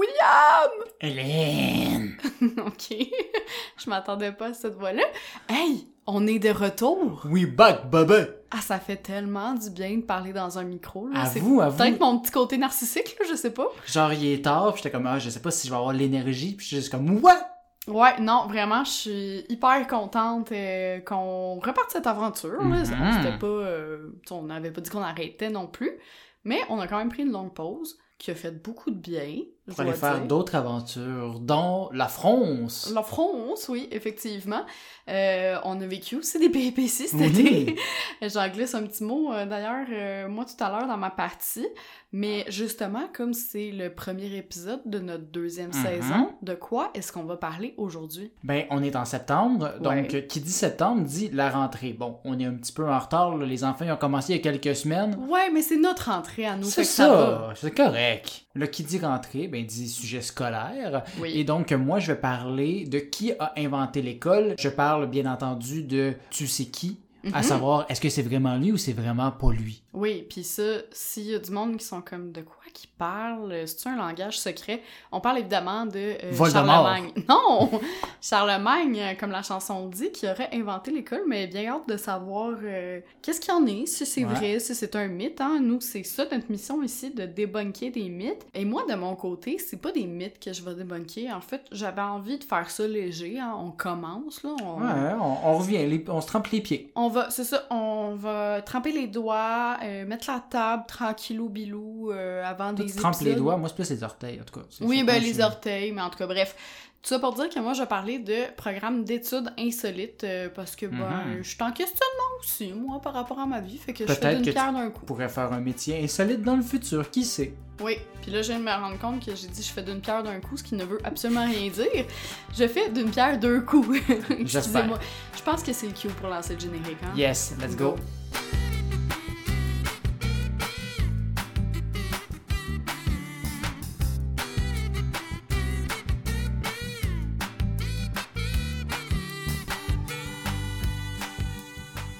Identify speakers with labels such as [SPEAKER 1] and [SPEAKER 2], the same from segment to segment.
[SPEAKER 1] William!
[SPEAKER 2] Hélène!
[SPEAKER 3] OK. Je m'attendais pas à cette voix-là. Hey, on est de retour.
[SPEAKER 2] We back, baba!
[SPEAKER 3] Ah, ça fait tellement du bien de parler dans un micro. Là.
[SPEAKER 2] À
[SPEAKER 3] Ah, C'est
[SPEAKER 2] vous, à vous.
[SPEAKER 3] Peut-être mon petit côté narcissique, là, je sais pas.
[SPEAKER 2] Genre, il est tard, pis j'étais comme, ah, je sais pas si je vais avoir l'énergie, pis j'étais juste comme, what?
[SPEAKER 3] Ouais, non, vraiment, je suis hyper contente euh, qu'on reparte cette aventure. là.
[SPEAKER 2] Mhm.
[SPEAKER 3] On s'était pas, euh, tu sais, on n'avait pas dit qu'on arrêtait non plus, mais on a quand même pris une longue pause qui a fait beaucoup de bien. je
[SPEAKER 2] Pour aller
[SPEAKER 3] dois
[SPEAKER 2] faire
[SPEAKER 3] dire.
[SPEAKER 2] d'autres aventures, dont la France.
[SPEAKER 3] La France, oui, effectivement. Euh, on a vécu aussi des péripéties cet
[SPEAKER 2] Oui.
[SPEAKER 3] été. J'en glisse un petit mot, euh, d'ailleurs, euh, moi tout à l'heure dans ma partie. Mais justement, comme c'est le premier épisode de notre deuxième
[SPEAKER 2] Mhm.
[SPEAKER 3] saison, de quoi est-ce qu'on va parler aujourd'hui?
[SPEAKER 2] Ben, on est en septembre, donc
[SPEAKER 3] Ouais.
[SPEAKER 2] euh, qui dit septembre dit la rentrée. Bon, on est un petit peu en retard, là, les enfants ils ont commencé il y a quelques semaines.
[SPEAKER 3] Ouais, mais c'est notre entrée à nous.
[SPEAKER 2] C'est
[SPEAKER 3] fait que ça
[SPEAKER 2] ça,
[SPEAKER 3] va.
[SPEAKER 2] c'est correct. Là, qui dit rentrée, ben dit sujet scolaire.
[SPEAKER 3] Oui.
[SPEAKER 2] Et donc, moi, je vais parler de qui a inventé l'école. Je parle, bien entendu, de tu sais qui, à
[SPEAKER 3] Mhm.
[SPEAKER 2] savoir, est-ce que c'est vraiment lui ou c'est vraiment pas lui?
[SPEAKER 3] Oui, puis ça, s'il y a du monde qui sont comme de quoi qui parle, c'est un langage secret. On parle évidemment de euh,
[SPEAKER 2] Voldemort.
[SPEAKER 3] Charlemagne. Non, Charlemagne, euh, comme la chanson le dit, qui aurait inventé l'école, mais bien hâte de savoir euh, qu'est-ce qu'il y en est, si c'est
[SPEAKER 2] Ouais.
[SPEAKER 3] vrai, si c'est un mythe. Hein. Nous, c'est ça notre mission ici, de débunker des mythes. Et moi, de mon côté, c'est pas des mythes que je vais débunker. En fait, j'avais envie de faire ça léger. hein. On commence là. on-
[SPEAKER 2] Ouais, on, on revient, les- on se trempe les pieds.
[SPEAKER 3] on va, c'est ça, on va tremper les doigts, euh, mettre la table tranquillou bilou euh, avant
[SPEAKER 2] Toi,
[SPEAKER 3] des
[SPEAKER 2] tu trempes les
[SPEAKER 3] épisodes.
[SPEAKER 2] doigts, moi, c'est plus les orteils, en tout cas. C'est-
[SPEAKER 3] Oui,
[SPEAKER 2] c'est
[SPEAKER 3] ben
[SPEAKER 2] plus-
[SPEAKER 3] les orteils, mais en tout cas, bref. Tout ça pour dire que moi, je vais parler de programme d'études insolites euh, parce que, ben,
[SPEAKER 2] Mhm.
[SPEAKER 3] je suis en questionnement aussi, moi, par rapport à ma vie. Fait que je fais
[SPEAKER 2] Peut-être
[SPEAKER 3] d'une
[SPEAKER 2] que tu-
[SPEAKER 3] pierre d'un coup.
[SPEAKER 2] On pourrait faire un métier insolite dans le futur, qui sait?
[SPEAKER 3] Oui, puis là, je viens de me rendre compte que j'ai dit je fais d'une pierre d'un coup, ce qui ne veut absolument rien dire. Je fais d'une pierre deux coups. Excusez-moi. Je pense que c'est le cue pour lancer le générique, hein?
[SPEAKER 2] Yes, let's go.
[SPEAKER 3] Go.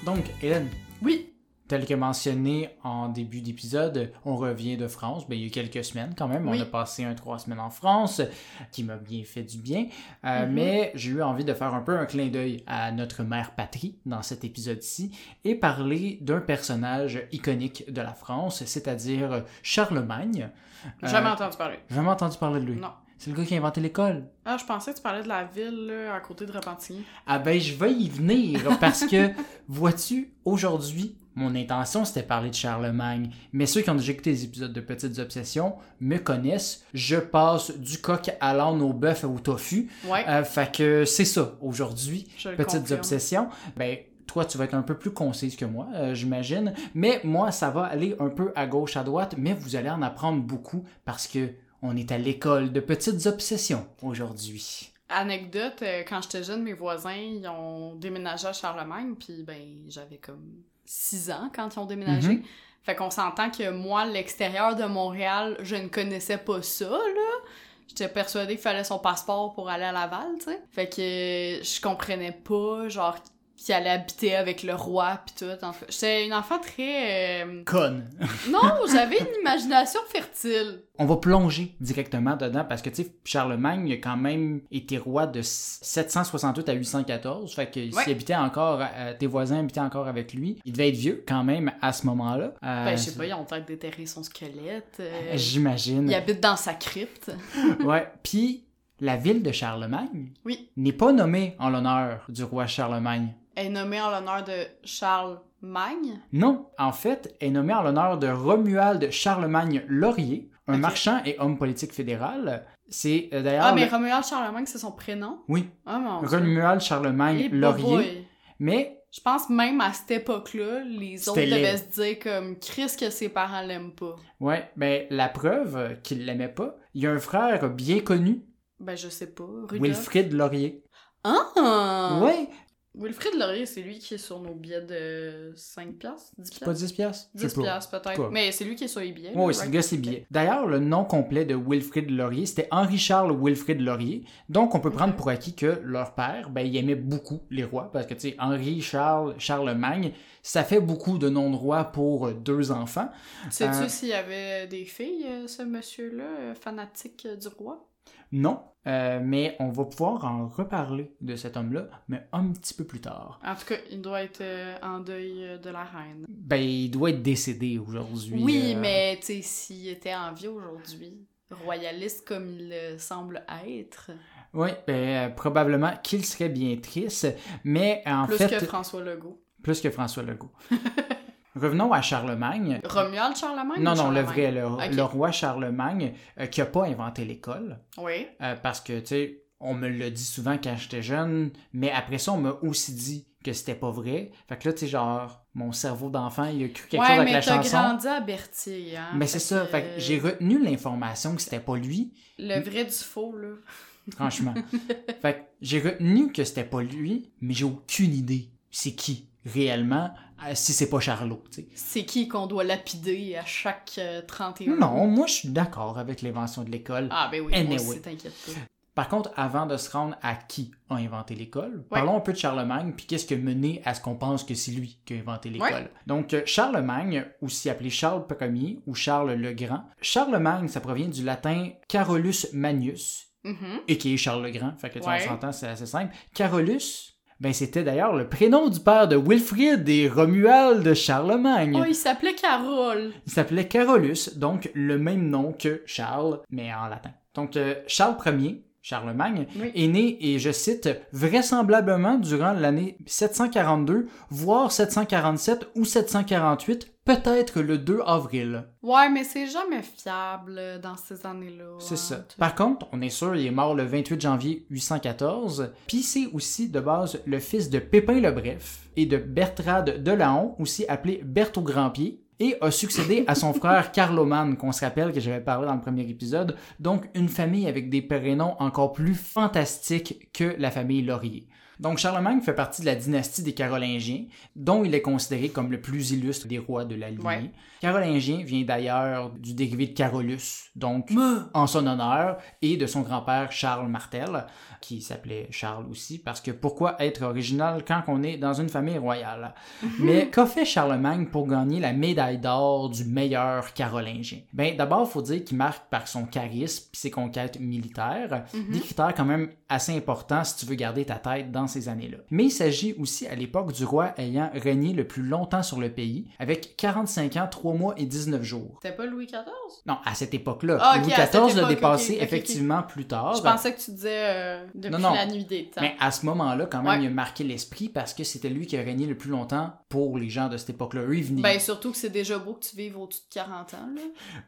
[SPEAKER 2] Donc, Hélène,
[SPEAKER 3] Oui,
[SPEAKER 2] tel que mentionné en début d'épisode, on revient de France. Ben, il y a eu quelques semaines quand même.
[SPEAKER 3] Oui.
[SPEAKER 2] On a passé un trois semaines en France, qui m'a bien fait du bien. Euh,
[SPEAKER 3] Mhm.
[SPEAKER 2] Mais j'ai eu envie de faire un peu un clin d'œil à notre mère patrie dans cet épisode-ci et parler d'un personnage iconique de la France, c'est-à-dire Charlemagne. Euh,
[SPEAKER 3] jamais entendu parler.
[SPEAKER 2] Jamais entendu parler de lui.
[SPEAKER 3] Non.
[SPEAKER 2] C'est le gars qui a inventé l'école.
[SPEAKER 3] Ah, je pensais que tu parlais de la ville, là, à côté de Repentigny.
[SPEAKER 2] Ah ben, je vais y venir parce que, vois-tu, aujourd'hui, mon intention c'était parler de Charlemagne, mais ceux qui ont déjà écouté les épisodes de Petites Obsessions me connaissent. Je passe du coq à l'âne au bœuf au tofu.
[SPEAKER 3] Ouais,
[SPEAKER 2] Euh, fait que c'est ça aujourd'hui,
[SPEAKER 3] je le
[SPEAKER 2] Petites
[SPEAKER 3] confirme.
[SPEAKER 2] Obsessions. Ben, toi, tu vas être un peu plus concise que moi, euh, j'imagine, mais moi, ça va aller un peu à gauche, à droite, mais vous allez en apprendre beaucoup parce que on est à l'école de Petites Obsessions aujourd'hui.
[SPEAKER 3] Anecdote, euh, quand j'étais jeune, mes voisins, ils ont déménagé à Charlemagne, puis ben, j'avais comme 6 ans quand ils ont déménagé.
[SPEAKER 2] Mhm.
[SPEAKER 3] Fait qu'on s'entend que moi, l'extérieur de Montréal, je ne connaissais pas ça, là. J'étais persuadée qu'il fallait son passeport pour aller à Laval, tu sais. Fait que euh, je comprenais pas, genre, qu'il allait habiter avec le roi, puis tout. En fait, j'étais une enfant très... euh,
[SPEAKER 2] Conne!
[SPEAKER 3] Non, j'avais une imagination fertile.
[SPEAKER 2] On va plonger directement dedans parce que, tu sais, Charlemagne il a quand même été roi de 768 à 814. Fait que
[SPEAKER 3] Ouais.
[SPEAKER 2] s'il habitait encore, euh, tes voisins habitaient encore avec lui. Il devait être vieux quand même à ce moment-là. Euh, Ah,
[SPEAKER 3] Ben, je sais pas, ils ont peut-être déterré son squelette. euh,
[SPEAKER 2] J'imagine.
[SPEAKER 3] il habite dans sa crypte.
[SPEAKER 2] ouais. Puis, la ville de Charlemagne
[SPEAKER 3] Oui.
[SPEAKER 2] n'est pas nommée en l'honneur du roi Charlemagne.
[SPEAKER 3] Elle est nommée en l'honneur de Charles Magne.
[SPEAKER 2] Non, en fait, elle est nommée en l'honneur de Romuald Charlemagne Laurier, un
[SPEAKER 3] Ok.
[SPEAKER 2] marchand et homme politique fédéral. C'est euh, d'ailleurs.
[SPEAKER 3] Ah, mais
[SPEAKER 2] le-
[SPEAKER 3] Romuald Charlemagne, c'est son prénom?
[SPEAKER 2] Oui,
[SPEAKER 3] Ah, mon Dieu.
[SPEAKER 2] Romuald
[SPEAKER 3] Eh,
[SPEAKER 2] Charlemagne Laurier.
[SPEAKER 3] boy.
[SPEAKER 2] Mais
[SPEAKER 3] Je pense même à cette époque-là, les autres
[SPEAKER 2] C'était laid.
[SPEAKER 3] devaient se dire comme Chris que ses parents l'aiment pas.
[SPEAKER 2] Ouais, ben la preuve euh, qu'il l'aimait pas, il y a un frère bien connu,
[SPEAKER 3] Ben, je sais pas. Rudolph.
[SPEAKER 2] Wilfrid Laurier.
[SPEAKER 3] Ah!
[SPEAKER 2] Ouais,
[SPEAKER 3] Wilfrid Laurier, c'est lui qui est sur nos billets de 5 piastres? 10
[SPEAKER 2] pas
[SPEAKER 3] piastres?
[SPEAKER 2] 10 piastres. je
[SPEAKER 3] 10
[SPEAKER 2] sais pas.
[SPEAKER 3] piastres, peut-être.
[SPEAKER 2] Pas.
[SPEAKER 3] Mais c'est lui qui est sur les billets.
[SPEAKER 2] Ouais,
[SPEAKER 3] là,
[SPEAKER 2] c'est
[SPEAKER 3] right?
[SPEAKER 2] le gars, c'est billet. D'ailleurs, le nom complet de Wilfrid Laurier, c'était Henri-Charles Wilfrid Laurier. Donc, on peut prendre
[SPEAKER 3] Ok.
[SPEAKER 2] pour acquis que leur père, ben, il aimait beaucoup les rois, parce que, tu sais, Henri-Charles, Charlemagne, ça fait beaucoup de noms de rois pour euh, deux enfants.
[SPEAKER 3] Sais-tu
[SPEAKER 2] Euh,
[SPEAKER 3] s'il y avait des filles, euh, ce monsieur-là, euh, fanatique euh, du roi?
[SPEAKER 2] Non, euh, mais on va pouvoir en reparler de cet homme-là, mais un petit peu plus tard.
[SPEAKER 3] En tout cas, il doit être euh, en deuil euh, de la reine.
[SPEAKER 2] Ben, il doit être décédé aujourd'hui.
[SPEAKER 3] oui,
[SPEAKER 2] euh,
[SPEAKER 3] mais tu sais, s'il était en vie aujourd'hui, royaliste comme il euh, semble être,
[SPEAKER 2] Oui, ben, euh, probablement qu'il serait bien triste, mais euh, en
[SPEAKER 3] plus
[SPEAKER 2] fait,
[SPEAKER 3] que François Legault.
[SPEAKER 2] plus que François Legault. Revenons à Charlemagne.
[SPEAKER 3] Romuald Charlemagne?
[SPEAKER 2] euh, Non,
[SPEAKER 3] ou
[SPEAKER 2] non, le vrai,
[SPEAKER 3] Charlemagne?
[SPEAKER 2] le,
[SPEAKER 3] Ok.
[SPEAKER 2] le roi Charlemagne euh, qui n'a pas inventé l'école,
[SPEAKER 3] Oui.
[SPEAKER 2] euh, parce que, tu sais, on me le dit souvent quand j'étais jeune, mais après ça, on m'a aussi dit que c'était pas vrai. Fait que là, tu sais, genre, mon cerveau d'enfant, il a cru quelque
[SPEAKER 3] ouais,
[SPEAKER 2] chose avec
[SPEAKER 3] mais
[SPEAKER 2] la
[SPEAKER 3] t'as
[SPEAKER 2] chanson.
[SPEAKER 3] grandi à Berthier, hein?
[SPEAKER 2] Mais c'est ça, fait que j'ai retenu l'information que c'était pas lui,
[SPEAKER 3] Le vrai du faux, là.
[SPEAKER 2] franchement. fait que j'ai retenu que c'était pas lui, mais j'ai aucune idée c'est qui réellement, euh, si c'est pas Charlot, tu sais.
[SPEAKER 3] C'est qui qu'on doit lapider à chaque euh, 31
[SPEAKER 2] Non, moi je suis d'accord avec l'invention de l'école.
[SPEAKER 3] Ah, ben oui, moi
[SPEAKER 2] Anyway.
[SPEAKER 3] aussi, t'inquiète pas.
[SPEAKER 2] Par contre, avant de se rendre à qui a inventé l'école, parlons un peu de Charlemagne, puis qu'est-ce qui a mené à ce qu'on pense que c'est lui qui a inventé l'école.
[SPEAKER 3] Ouais.
[SPEAKER 2] Donc, euh, Charlemagne, aussi appelé Charles Ier ou Charles le Grand, Charlemagne, ça provient du latin Carolus Magnus,
[SPEAKER 3] Mhm.
[SPEAKER 2] et qui est Charles le Grand. Fait que tu sais,
[SPEAKER 3] Ouais.
[SPEAKER 2] on s'entend, c'est assez simple. Carolus, ben c'était d'ailleurs le prénom du père de Wilfrid et Romuald de Charlemagne.
[SPEAKER 3] Oh, il s'appelait Carole.
[SPEAKER 2] Il s'appelait Carolus, donc le même nom que Charles, mais en latin. Donc euh, Charles Ier, Charlemagne,
[SPEAKER 3] Oui.
[SPEAKER 2] est né, et je cite, vraisemblablement durant l'année 742, voire 747 ou 748, peut-être le 2 avril.
[SPEAKER 3] Ouais, mais c'est jamais fiable euh, dans ces années-là.
[SPEAKER 2] C'est
[SPEAKER 3] hein.
[SPEAKER 2] ça. Par contre, on est sûr, il est mort le 28 janvier 814. Puis c'est aussi de base le fils de Pépin le Bref et de Bertrade de Laon, aussi appelé Berthaud Grandpied, et a succédé à son frère Carloman, qu'on se rappelle que j'avais parlé dans le premier épisode. Donc une famille avec des prénoms encore plus fantastiques que la famille Laurier. Donc Charlemagne fait partie de la dynastie des Carolingiens, dont il est considéré comme le plus illustre des rois de la lignée.
[SPEAKER 3] Ouais.
[SPEAKER 2] Carolingien vient d'ailleurs du dérivé de Carolus, donc
[SPEAKER 3] Meuh.
[SPEAKER 2] en son honneur et de son grand-père Charles Martel, qui s'appelait Charles aussi, parce que pourquoi être original quand on est dans une famille royale? Mais qu'a fait Charlemagne pour gagner la médaille d'or du meilleur carolingien? Ben, d'abord, faut dire qu'il marque par son charisme et ses conquêtes militaires,
[SPEAKER 3] Mhm.
[SPEAKER 2] des critères quand même assez importants si tu veux garder ta tête dans ces années-là. Mais il s'agit aussi à l'époque du roi ayant régné le plus longtemps sur le pays, avec 45 ans, 3 mois et 19 jours.
[SPEAKER 3] C'était pas Louis XIV?
[SPEAKER 2] Non, à cette époque-là.
[SPEAKER 3] Ah, ok,
[SPEAKER 2] Louis
[SPEAKER 3] à cette
[SPEAKER 2] XIV l'a
[SPEAKER 3] époque,
[SPEAKER 2] dépassé
[SPEAKER 3] ok, ok, ok.
[SPEAKER 2] effectivement plus tard.
[SPEAKER 3] Je pensais que tu disais euh, depuis
[SPEAKER 2] Ah, ben. Non, non.
[SPEAKER 3] la nuit des temps.
[SPEAKER 2] Mais à ce moment-là, quand même,
[SPEAKER 3] Ouais.
[SPEAKER 2] il a marqué l'esprit parce que c'était lui qui a régné le plus longtemps pour les gens de cette époque-là. Eux, ils venaient-
[SPEAKER 3] Ben, surtout que c'est déjà beau que tu vives au-dessus de 40 ans,
[SPEAKER 2] Euh,
[SPEAKER 3] là.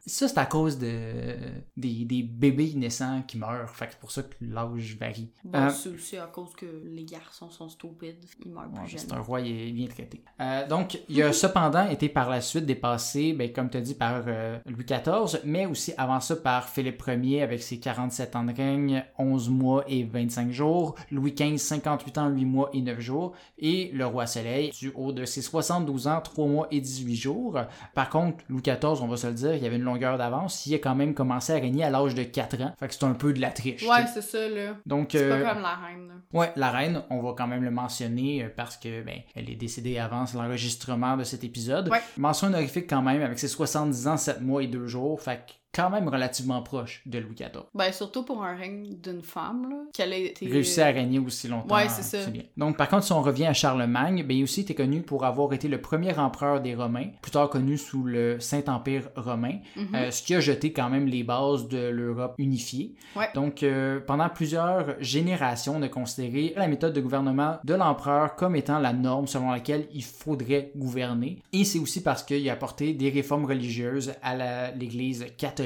[SPEAKER 2] Ça, c'est à cause de... des... des bébés naissants qui meurent. Fait que c'est pour ça que l'âge varie.
[SPEAKER 3] Bon,
[SPEAKER 2] Euh,
[SPEAKER 3] Ben, c'est aussi à cause que les garçons sont stupides. Ils meurent
[SPEAKER 2] Ouais,
[SPEAKER 3] plus
[SPEAKER 2] c'est
[SPEAKER 3] jeunes.
[SPEAKER 2] un roi, il est bien traité. Euh, donc, il a cependant été par la suite dépassé, ben, comme tu as dit, par euh, Louis XIV, mais aussi avant ça par Philippe Ier avec ses 47 ans de règne, 11 mois et 25 jours, Louis XV, 58 ans, 8 mois et 9 jours, et le roi Soleil, du haut de ses 72 ans, 3 mois et 18 jours. Par contre, Louis XIV, on va se le dire, il avait une longueur d'avance, il a quand même commencé à régner à l'âge de 4 ans, fait que c'est un peu de la triche.
[SPEAKER 3] Ouais,
[SPEAKER 2] tu sais.
[SPEAKER 3] c'est ça, là.
[SPEAKER 2] donc,
[SPEAKER 3] C'est
[SPEAKER 2] euh,
[SPEAKER 3] pas comme la reine, là.
[SPEAKER 2] Ouais, la reine, on va quand même le mentionner euh, parce que ben, elle est décédée avant l'enregistrement de cet épisode.
[SPEAKER 3] Ouais.
[SPEAKER 2] Mention honorifique quand même avec ses 70 ans, 7 mois et 2 jours, fait que quand même relativement proche de Louis XIV.
[SPEAKER 3] Ben, surtout pour un règne d'une femme, là. Qu'elle ait été. euh,
[SPEAKER 2] Réussi à régner aussi longtemps.
[SPEAKER 3] Ouais, c'est ça.
[SPEAKER 2] bien. Donc, par contre, si on revient à Charlemagne, ben, il aussi était connu pour avoir été le premier empereur des Romains, plus tard connu sous le Saint-Empire romain.
[SPEAKER 3] Mhm.
[SPEAKER 2] Euh, ce qui a jeté quand même les bases de l'Europe unifiée.
[SPEAKER 3] Ouais.
[SPEAKER 2] Donc, euh, pendant plusieurs générations, on a considéré la méthode de gouvernement de l'empereur comme étant la norme selon laquelle il faudrait gouverner. Et c'est aussi parce qu'il a apporté des réformes religieuses à la- l'Église catholique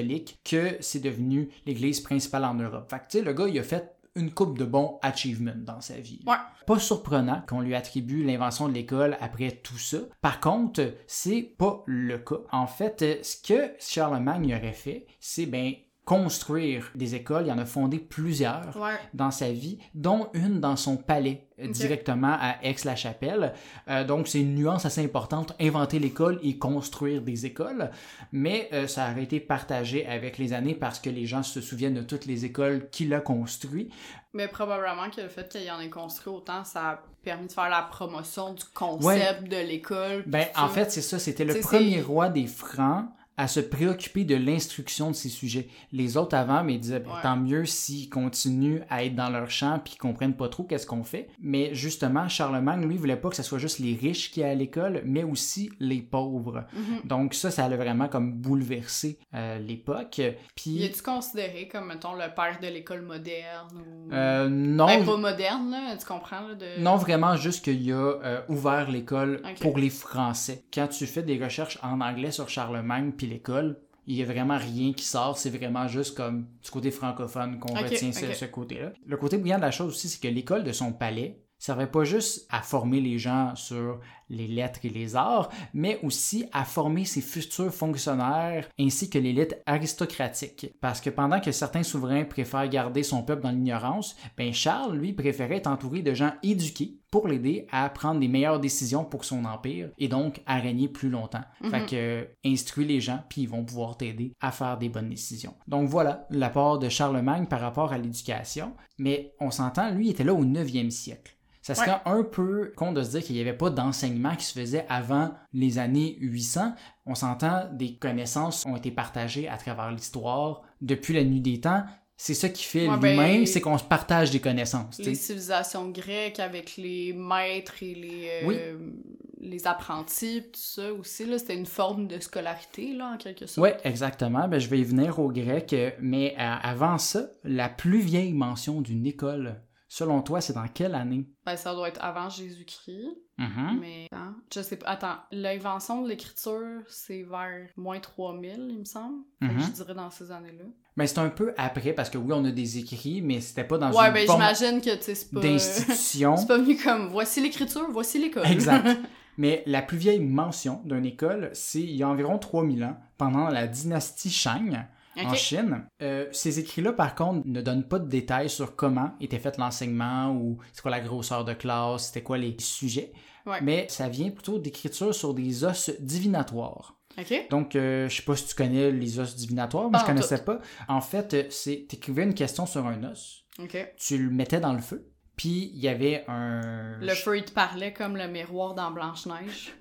[SPEAKER 2] que c'est devenu l'Église principale en Europe. Fait que, tu sais, le gars, il a fait une coupe de bons achievements dans sa vie.
[SPEAKER 3] Ouais.
[SPEAKER 2] Pas surprenant qu'on lui attribue l'invention de l'école après tout ça. Par contre, c'est pas le cas. En fait, euh, ce que Charlemagne aurait fait, c'est ben construire des écoles. Il en a fondé plusieurs
[SPEAKER 3] Ouais.
[SPEAKER 2] dans sa vie, dont une dans son palais, euh,
[SPEAKER 3] Ok.
[SPEAKER 2] directement à Aix-la-Chapelle. Euh, donc, c'est une nuance assez importante, inventer l'école et construire des écoles. Mais euh, ça aurait été partagé avec les années parce que les gens se souviennent de toutes les écoles qu'il a construites.
[SPEAKER 3] Mais probablement que le fait qu'il y en ait construit autant, ça a permis de faire la promotion du concept de l'école.
[SPEAKER 2] Ben,
[SPEAKER 3] puis
[SPEAKER 2] en
[SPEAKER 3] ça.
[SPEAKER 2] fait, c'est ça, c'était le
[SPEAKER 3] Tu sais,
[SPEAKER 2] premier
[SPEAKER 3] c'est-
[SPEAKER 2] roi des Francs à se préoccuper de l'instruction de ces sujets. Les autres avant, mais ils disaient, ben,
[SPEAKER 3] Ouais.
[SPEAKER 2] tant mieux s'ils continuent à être dans leur champ puis qu'ils comprennent pas trop qu'est-ce qu'on fait. Mais justement, Charlemagne, lui, voulait pas que ce soit juste les riches qui allaient à l'école, mais aussi les pauvres.
[SPEAKER 3] Mhm.
[SPEAKER 2] Donc ça, ça a vraiment comme bouleversé euh, l'époque.
[SPEAKER 3] Il
[SPEAKER 2] Puis
[SPEAKER 3] est-tu considéré comme, mettons, le père de l'école moderne ou...
[SPEAKER 2] euh, non,
[SPEAKER 3] Ben, pas moderne, là, tu comprends, là, de...
[SPEAKER 2] Non, vraiment, juste qu'il a euh, ouvert l'école
[SPEAKER 3] Ok.
[SPEAKER 2] pour les Français. Quand tu fais des recherches en anglais sur Charlemagne puis l'école, il n'y a vraiment rien qui sort. C'est vraiment juste comme du côté francophone qu'on
[SPEAKER 3] Ok,
[SPEAKER 2] retient ce,
[SPEAKER 3] ok.
[SPEAKER 2] ce côté-là. Le côté brillant de la chose aussi, c'est que l'école de son palais servait pas juste à former les gens sur les lettres et les arts, mais aussi à former ses futurs fonctionnaires ainsi que l'élite aristocratique. Parce que pendant que certains souverains préfèrent garder son peuple dans l'ignorance, ben Charles, lui, préférait être entouré de gens éduqués pour l'aider à prendre des meilleures décisions pour son empire et donc à régner plus longtemps. Fait
[SPEAKER 3] Mhm.
[SPEAKER 2] que euh, instruis les gens, puis ils vont pouvoir t'aider à faire des bonnes décisions. Donc voilà l'apport de Charlemagne par rapport à l'éducation. Mais on s'entend, lui, il était là au 9e siècle. Ça serait un peu con de se dire qu'il n'y avait pas d'enseignement qui se faisait avant les années 800. On s'entend, des connaissances ont été partagées à travers l'histoire depuis la nuit des temps. C'est ça qui fait
[SPEAKER 3] Ouais, ben,
[SPEAKER 2] l'humain, c'est qu'on se partage des connaissances. tu
[SPEAKER 3] Les
[SPEAKER 2] sais.
[SPEAKER 3] civilisations grecques avec les maîtres et les... euh,
[SPEAKER 2] Oui.
[SPEAKER 3] Les apprentis, tout ça aussi, là, c'était une forme de scolarité, là, en quelque sorte.
[SPEAKER 2] Oui, exactement. Ben, je vais y venir au grec. euh, Mais euh, avant ça, la plus vieille mention d'une école, selon toi, c'est dans quelle année?
[SPEAKER 3] Ben, ça doit être avant Jésus-Christ,
[SPEAKER 2] Mhm.
[SPEAKER 3] mais... Attends, je sais pas. Attends, l'invention de l'écriture, c'est vers moins 3000, il me semble. Fait que
[SPEAKER 2] Mhm.
[SPEAKER 3] Je dirais dans ces années-là.
[SPEAKER 2] Mais Ben, c'est un peu après, parce que oui, on a des écrits, mais c'était pas dans
[SPEAKER 3] Ouais,
[SPEAKER 2] une
[SPEAKER 3] ben
[SPEAKER 2] forme
[SPEAKER 3] j'imagine que, tu sais, c'est pas... euh,
[SPEAKER 2] d'institution.
[SPEAKER 3] C'est pas venu comme voici l'écriture, voici l'école.
[SPEAKER 2] Exact. Mais la plus vieille mention d'une école, c'est il y a environ 3000 ans, pendant la dynastie Shang
[SPEAKER 3] Ok.
[SPEAKER 2] en Chine. Euh, ces écrits-là, par contre, ne donnent pas de détails sur comment était fait l'enseignement ou c'est quoi la grosseur de classe, c'était quoi les sujets.
[SPEAKER 3] Ouais.
[SPEAKER 2] Mais ça vient plutôt d'écritures sur des os divinatoires.
[SPEAKER 3] Ok.
[SPEAKER 2] Donc, euh, je sais pas si tu connais les os divinatoires, mais
[SPEAKER 3] Pas
[SPEAKER 2] je
[SPEAKER 3] en
[SPEAKER 2] connaissais pas. En fait, euh, c'est t'écrivais une question sur un os,
[SPEAKER 3] Ok.
[SPEAKER 2] tu le mettais dans le feu, puis il y avait un
[SPEAKER 3] Le feu, il te parlait comme le miroir dans Blanche-Neige.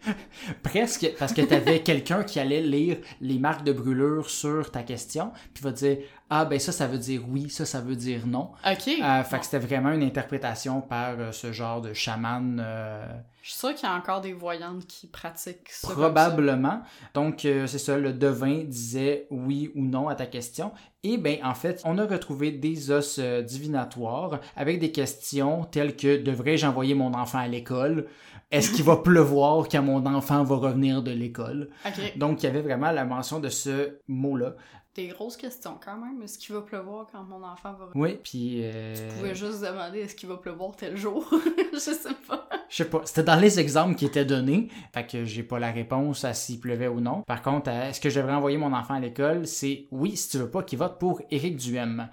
[SPEAKER 2] Presque, parce que tu avais quelqu'un qui allait lire les marques de brûlure sur ta question, puis va dire Ah, ben ça, ça veut dire oui, ça, ça veut dire non.
[SPEAKER 3] Ok.
[SPEAKER 2] Euh, fait
[SPEAKER 3] Bon,
[SPEAKER 2] que c'était vraiment une interprétation par euh, ce genre de chaman. euh,
[SPEAKER 3] Je suis sûre qu'il y a encore des voyantes qui pratiquent ça. comme
[SPEAKER 2] probablement. Donc, euh, c'est ça, le devin disait oui ou non à ta question. Et ben en fait, on a retrouvé des os euh, divinatoires avec des questions telles que devrais-je envoyer mon enfant à l'école Est-ce qu'il va pleuvoir quand mon enfant va revenir de l'école
[SPEAKER 3] ça. Ok.
[SPEAKER 2] donc, il y avait vraiment la mention de ce mot-là.
[SPEAKER 3] Des grosses questions quand même. Est-ce qu'il va pleuvoir quand mon enfant va.
[SPEAKER 2] Oui, puis... euh,
[SPEAKER 3] Tu pouvais juste demander est-ce qu'il va pleuvoir tel jour. je sais pas.
[SPEAKER 2] Je sais pas. C'était dans les exemples qui étaient donnés. Fait que j'ai pas la réponse à s'il pleuvait ou non. Par contre, à est-ce que je devrais envoyer mon enfant à l'école? C'est oui, si tu veux pas qu'il vote pour Éric Duhem.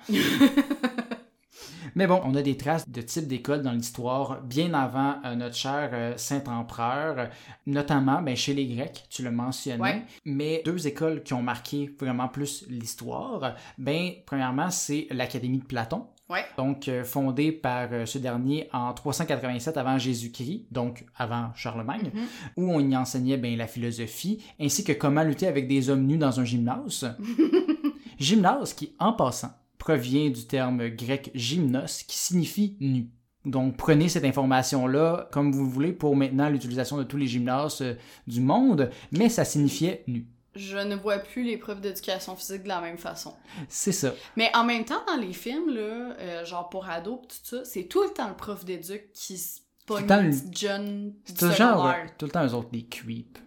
[SPEAKER 2] Mais bon, on a des traces de type d'école dans l'histoire bien avant euh, notre cher euh, Saint-Empereur, euh, notamment ben, chez les Grecs, tu le mentionnais.
[SPEAKER 3] Ouais.
[SPEAKER 2] Mais deux écoles qui ont marqué vraiment plus l'histoire, ben, premièrement, c'est l'Académie de Platon,
[SPEAKER 3] Ouais.
[SPEAKER 2] donc euh, fondé par euh, ce dernier en 387 avant Jésus-Christ, donc avant Charlemagne,
[SPEAKER 3] Mhm.
[SPEAKER 2] où on y enseignait ben, la philosophie ainsi que comment lutter avec des hommes nus dans un gymnase. gymnase qui, en passant, provient du terme grec gymnos qui signifie nu. Donc prenez cette information-là comme vous voulez pour maintenant l'utilisation de tous les gymnases euh, du monde, mais ça signifiait nu.
[SPEAKER 3] Je ne vois plus les preuves d'éducation physique de la même façon.
[SPEAKER 2] C'est ça.
[SPEAKER 3] Mais en même temps, dans les films, là, euh, genre pour ados pis tout ça, c'est tout le temps le prof d'éduc qui se pogne
[SPEAKER 2] le temps
[SPEAKER 3] une
[SPEAKER 2] le-
[SPEAKER 3] petite jeune du
[SPEAKER 2] C'est genre euh,
[SPEAKER 3] secondaire.
[SPEAKER 2] tout le temps eux autres des creeps.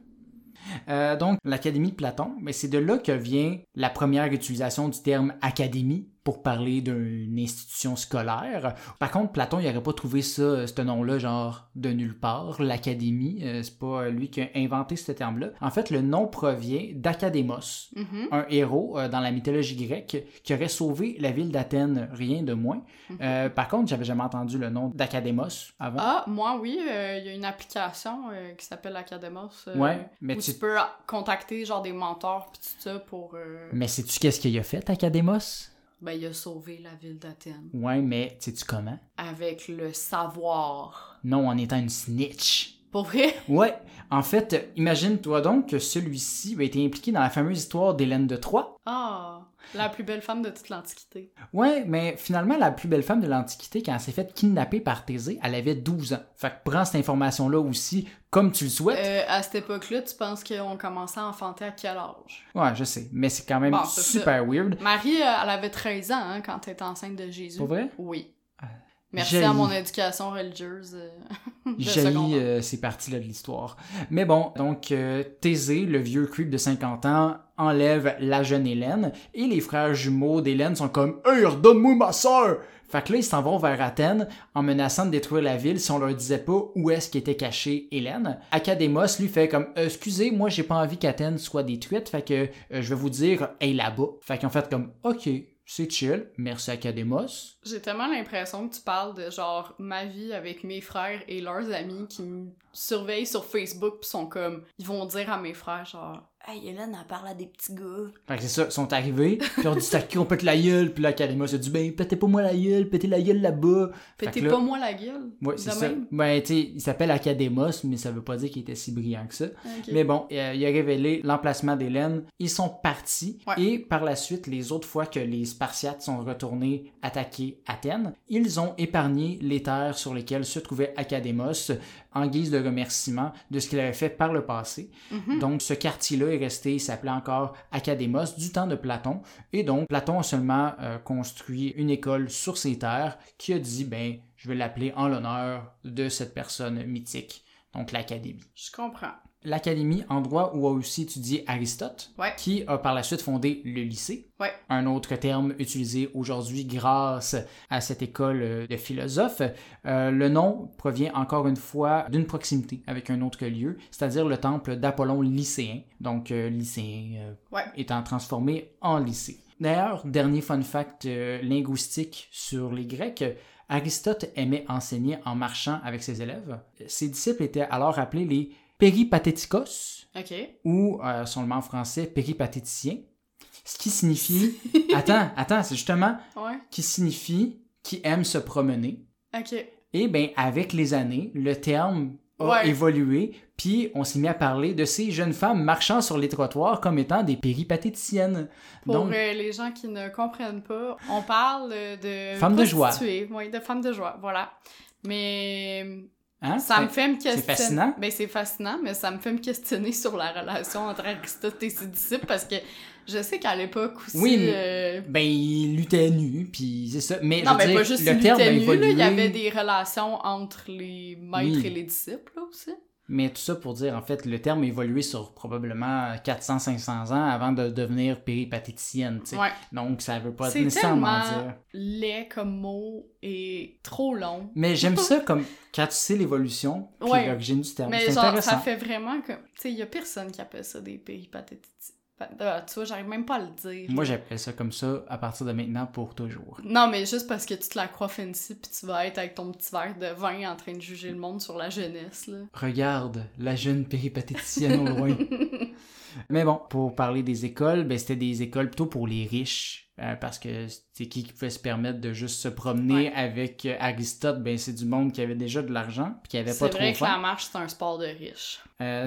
[SPEAKER 2] Euh, donc, l'Académie de Platon, mais c'est de là que vient la première utilisation du terme académie pour parler d'une institution scolaire. Par contre, Platon, il n'aurait pas trouvé ça, euh, ce nom-là, genre de nulle part. L'académie, euh, c'est pas euh, lui qui a inventé ce terme-là. En fait, le nom provient d'Académos,
[SPEAKER 3] Mhm,
[SPEAKER 2] un héros euh, dans la mythologie grecque qui aurait sauvé la ville d'Athènes, rien de moins.
[SPEAKER 3] mhm.
[SPEAKER 2] Euh, par contre, j'avais jamais entendu le nom d'Académos avant.
[SPEAKER 3] Ah, moi, oui, euh, il y a une application euh, qui s'appelle Academos. euh,
[SPEAKER 2] ouais, mais
[SPEAKER 3] où
[SPEAKER 2] tu
[SPEAKER 3] tu peux ah, contacter genre des mentors pis tout ça pour... euh,
[SPEAKER 2] Mais sais-tu qu'est-ce qu'il a fait, Académos?
[SPEAKER 3] Ben, il a sauvé la ville d'Athènes.
[SPEAKER 2] Ouais, mais sais-tu comment?
[SPEAKER 3] Avec le savoir.
[SPEAKER 2] Non, en étant une snitch.
[SPEAKER 3] Pour vrai?
[SPEAKER 2] Ouais, en fait, euh, imagine-toi donc que celui-ci a été impliqué dans la fameuse histoire d'Hélène de Troie.
[SPEAKER 3] Ah, la plus belle femme de toute l'Antiquité.
[SPEAKER 2] Ouais, mais finalement, la plus belle femme de l'Antiquité, quand elle s'est faite kidnapper par Thésée, elle avait 12 ans. Fait que prends cette information-là aussi comme tu le souhaites.
[SPEAKER 3] Euh, à cette époque-là, tu penses qu'on commençait à enfanter à quel âge?
[SPEAKER 2] Ouais, je sais, mais c'est quand même
[SPEAKER 3] Euh. Bon, c'est
[SPEAKER 2] super weird.
[SPEAKER 3] Marie, euh, elle avait 13 ans hein, quand elle était enceinte de Jésus.
[SPEAKER 2] Pour vrai? Euh,
[SPEAKER 3] Oui. Merci
[SPEAKER 2] J'ai-
[SPEAKER 3] à mon éducation religieuse. euh, de
[SPEAKER 2] Jaillit
[SPEAKER 3] secondaire.
[SPEAKER 2] euh, ces parties-là de l'histoire. Mais bon, donc euh, Thésée, le vieux creep de 50 ans, enlève la jeune Hélène et les frères jumeaux d'Hélène sont comme « Hey, redonne-moi ma sœur! » Fait que là, ils s'en vont vers Athènes en menaçant de détruire la ville si on leur disait pas où est-ce qu'était cachée Hélène. Académos lui fait comme Euh, Excusez, moi j'ai pas envie qu'Athènes soit détruite, fait que euh, je vais vous dire « Hey, là-bas! » Fait qu'ils ont fait comme « Ok, c'est chill, merci Académos.
[SPEAKER 3] J'ai tellement l'impression que tu parles de genre ma vie avec mes frères et leurs amis qui me surveillent sur Facebook pis sont comme ils vont dire à mes frères genre Hey Hélène elle parle à des petits gars. »
[SPEAKER 2] Fait que c'est ça, ils sont arrivés, puis on dit t'as qui on pète la gueule, puis là Kalima se dit ben pétez pas moi la gueule, pétez la gueule là-bas. Fait
[SPEAKER 3] Pétez
[SPEAKER 2] que là-
[SPEAKER 3] pas moi la gueule.
[SPEAKER 2] Ouais, c'est
[SPEAKER 3] de
[SPEAKER 2] ça.
[SPEAKER 3] même.
[SPEAKER 2] Ben tu sais, il s'appelle Academos, mais ça veut pas dire qu'il était si brillant que ça.
[SPEAKER 3] Ok.
[SPEAKER 2] Mais bon, euh, il a révélé l'emplacement d'Hélène, ils sont partis,
[SPEAKER 3] Ouais.
[SPEAKER 2] et par la suite, les autres fois que les Spartiates sont retournés attaquer Athènes, ils ont épargné les terres sur lesquelles se trouvait Academos en guise de remerciement de ce qu'il avait fait par le passé.
[SPEAKER 3] Mhm.
[SPEAKER 2] Donc, ce quartier-là est resté, il s'appelait encore Académos du temps de Platon. Et donc, Platon a seulement euh, construit une école sur ses terres qui a dit, ben, je vais l'appeler en l'honneur de cette personne mythique, donc l'Académie.
[SPEAKER 3] Je comprends.
[SPEAKER 2] L'Académie, endroit où a aussi étudié Aristote,
[SPEAKER 3] Ouais.
[SPEAKER 2] qui a par la suite fondé le lycée,
[SPEAKER 3] Ouais.
[SPEAKER 2] un autre terme utilisé aujourd'hui grâce à cette école euh, de philosophes. Euh, le nom provient encore une fois d'une proximité avec un autre lieu, c'est-à-dire le temple d'Apollon lycéen, donc euh, lycéen euh,
[SPEAKER 3] Ouais.
[SPEAKER 2] étant transformé en lycée. D'ailleurs, dernier fun fact euh, linguistique sur les Grecs, Aristote aimait enseigner en marchant avec ses élèves. Ses disciples étaient alors appelés les péripatéticos,
[SPEAKER 3] Ok.
[SPEAKER 2] ou euh, son nom en français péripatéticien, ce qui signifie... attends, attends, c'est justement
[SPEAKER 3] Ouais.
[SPEAKER 2] qui signifie qui aime se promener.
[SPEAKER 3] Ok.
[SPEAKER 2] Et bien, avec les années, le terme a
[SPEAKER 3] Ouais.
[SPEAKER 2] évolué, puis on s'est mis à parler de ces jeunes femmes marchant sur les trottoirs comme étant des péripatéticiennes.
[SPEAKER 3] Pour
[SPEAKER 2] Donc,
[SPEAKER 3] euh, les gens qui ne comprennent pas, on parle euh, de
[SPEAKER 2] Femme de joie.
[SPEAKER 3] prostituées, Oui, de femmes de joie, voilà. Mais
[SPEAKER 2] hein,
[SPEAKER 3] ça me
[SPEAKER 2] fait-
[SPEAKER 3] fait me questionner.
[SPEAKER 2] fascinant.
[SPEAKER 3] Ben, c'est fascinant, mais ça me fait me questionner sur la relation entre Aristote et ses disciples parce que je sais qu'à l'époque aussi.
[SPEAKER 2] Oui, mais-
[SPEAKER 3] euh,
[SPEAKER 2] Ben, il luttait nu, puis c'est ça. Mais, je
[SPEAKER 3] Non,
[SPEAKER 2] veux
[SPEAKER 3] mais
[SPEAKER 2] dire,
[SPEAKER 3] pas juste
[SPEAKER 2] le terme a
[SPEAKER 3] nu, là,
[SPEAKER 2] évolué.
[SPEAKER 3] il y avait des relations entre les maîtres
[SPEAKER 2] Oui.
[SPEAKER 3] et les disciples là, aussi.
[SPEAKER 2] Mais tout ça pour dire, en fait, le terme a évolué sur probablement 400-500 ans avant de devenir péripatéticienne, tu sais.
[SPEAKER 3] Ouais.
[SPEAKER 2] Donc, ça veut pas
[SPEAKER 3] C'est
[SPEAKER 2] nécessairement
[SPEAKER 3] tellement-
[SPEAKER 2] dire...
[SPEAKER 3] Laid comme mot et trop long.
[SPEAKER 2] Mais j'aime ça comme quand tu sais l'évolution, puis
[SPEAKER 3] Ouais.
[SPEAKER 2] l'origine du terme.
[SPEAKER 3] Mais
[SPEAKER 2] C'est
[SPEAKER 3] genre,
[SPEAKER 2] intéressant.
[SPEAKER 3] ça fait vraiment comme. Tu sais, il y a personne qui appelle ça des péripatétiques. ah, tu vois, j'arrive même pas à le dire.
[SPEAKER 2] Moi, j'appelle ça comme ça à partir de maintenant pour toujours.
[SPEAKER 3] Non, mais juste parce que tu te la crois fancy puis tu vas être avec ton petit verre de vin en train de juger le monde sur la jeunesse, là.
[SPEAKER 2] Regarde la jeune péripatéticienne au loin. Mais bon, pour parler des écoles, ben, c'était des écoles plutôt pour les riches. euh, parce que c'est qui qui pouvait se permettre de juste se promener
[SPEAKER 3] Ouais.
[SPEAKER 2] avec euh, Aristote, ben c'est du monde qui avait déjà de l'argent puis qui avait pas
[SPEAKER 3] C'est
[SPEAKER 2] trop
[SPEAKER 3] vrai que
[SPEAKER 2] faim.
[SPEAKER 3] la marche, c'est un sport de riche.
[SPEAKER 2] Euh,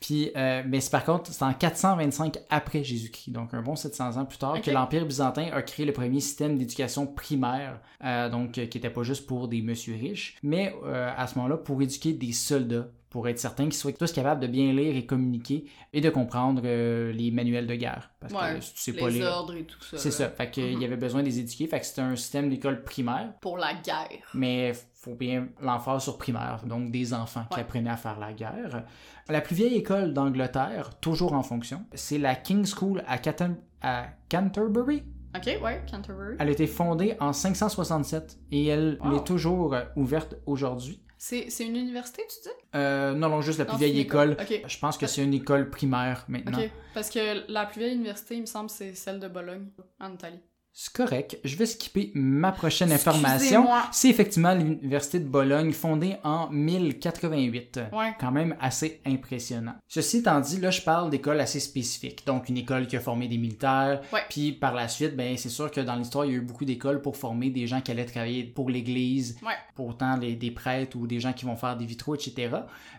[SPEAKER 2] Puis, euh, mais c'est par contre, c'est en 425 après Jésus-Christ, donc un bon 700 ans plus tard, que
[SPEAKER 3] Ok.
[SPEAKER 2] l'Empire byzantin a créé le premier système d'éducation primaire, euh, donc euh, qui n'était pas juste pour des messieurs riches, mais euh, à ce moment-là pour éduquer des soldats, pour être certain qu'ils soient tous capables de bien lire et communiquer et de comprendre euh, les manuels de guerre. Parce que
[SPEAKER 3] Ouais,
[SPEAKER 2] si tu sais pas
[SPEAKER 3] Les
[SPEAKER 2] lire.
[SPEAKER 3] ordres et tout ça.
[SPEAKER 2] C'est
[SPEAKER 3] là,
[SPEAKER 2] ça. Fait qu'il
[SPEAKER 3] Mhm.
[SPEAKER 2] y avait besoin de les éduquer. Fait que c'était un système d'école primaire.
[SPEAKER 3] Pour la guerre.
[SPEAKER 2] Mais faut bien l'emphase sur primaire, donc des enfants qui
[SPEAKER 3] Ouais.
[SPEAKER 2] apprenaient à faire la guerre. La plus vieille école d'Angleterre, toujours en fonction, c'est la King's School à, Caten- à Canterbury.
[SPEAKER 3] Ok, ouais, Canterbury.
[SPEAKER 2] Elle a été fondée en 567 et elle
[SPEAKER 3] Wow.
[SPEAKER 2] est toujours euh, ouverte aujourd'hui.
[SPEAKER 3] C'est c'est une université, tu dis
[SPEAKER 2] Euh, non, non, juste la plus
[SPEAKER 3] Non, c'est
[SPEAKER 2] vieille
[SPEAKER 3] une
[SPEAKER 2] école.
[SPEAKER 3] Ok.
[SPEAKER 2] Je pense que c'est une école primaire maintenant.
[SPEAKER 3] Ok, parce que la plus vieille université, il me semble, c'est celle de Bologne, en Italie.
[SPEAKER 2] C'est correct. Je vais skipper ma prochaine information.
[SPEAKER 3] Excusez-moi.
[SPEAKER 2] C'est effectivement l'Université de Bologne, fondée en 1088.
[SPEAKER 3] Ouais.
[SPEAKER 2] Quand même assez impressionnant. Ceci étant dit, là, je parle d'écoles assez spécifiques. Donc, une école qui a formé des militaires.
[SPEAKER 3] Ouais.
[SPEAKER 2] Puis, par la suite, ben, c'est sûr que dans l'histoire, il y a eu beaucoup d'écoles pour former des gens qui allaient travailler pour l'Église,
[SPEAKER 3] Ouais.
[SPEAKER 2] pour autant les- des prêtres ou des gens qui vont faire des vitraux, etc.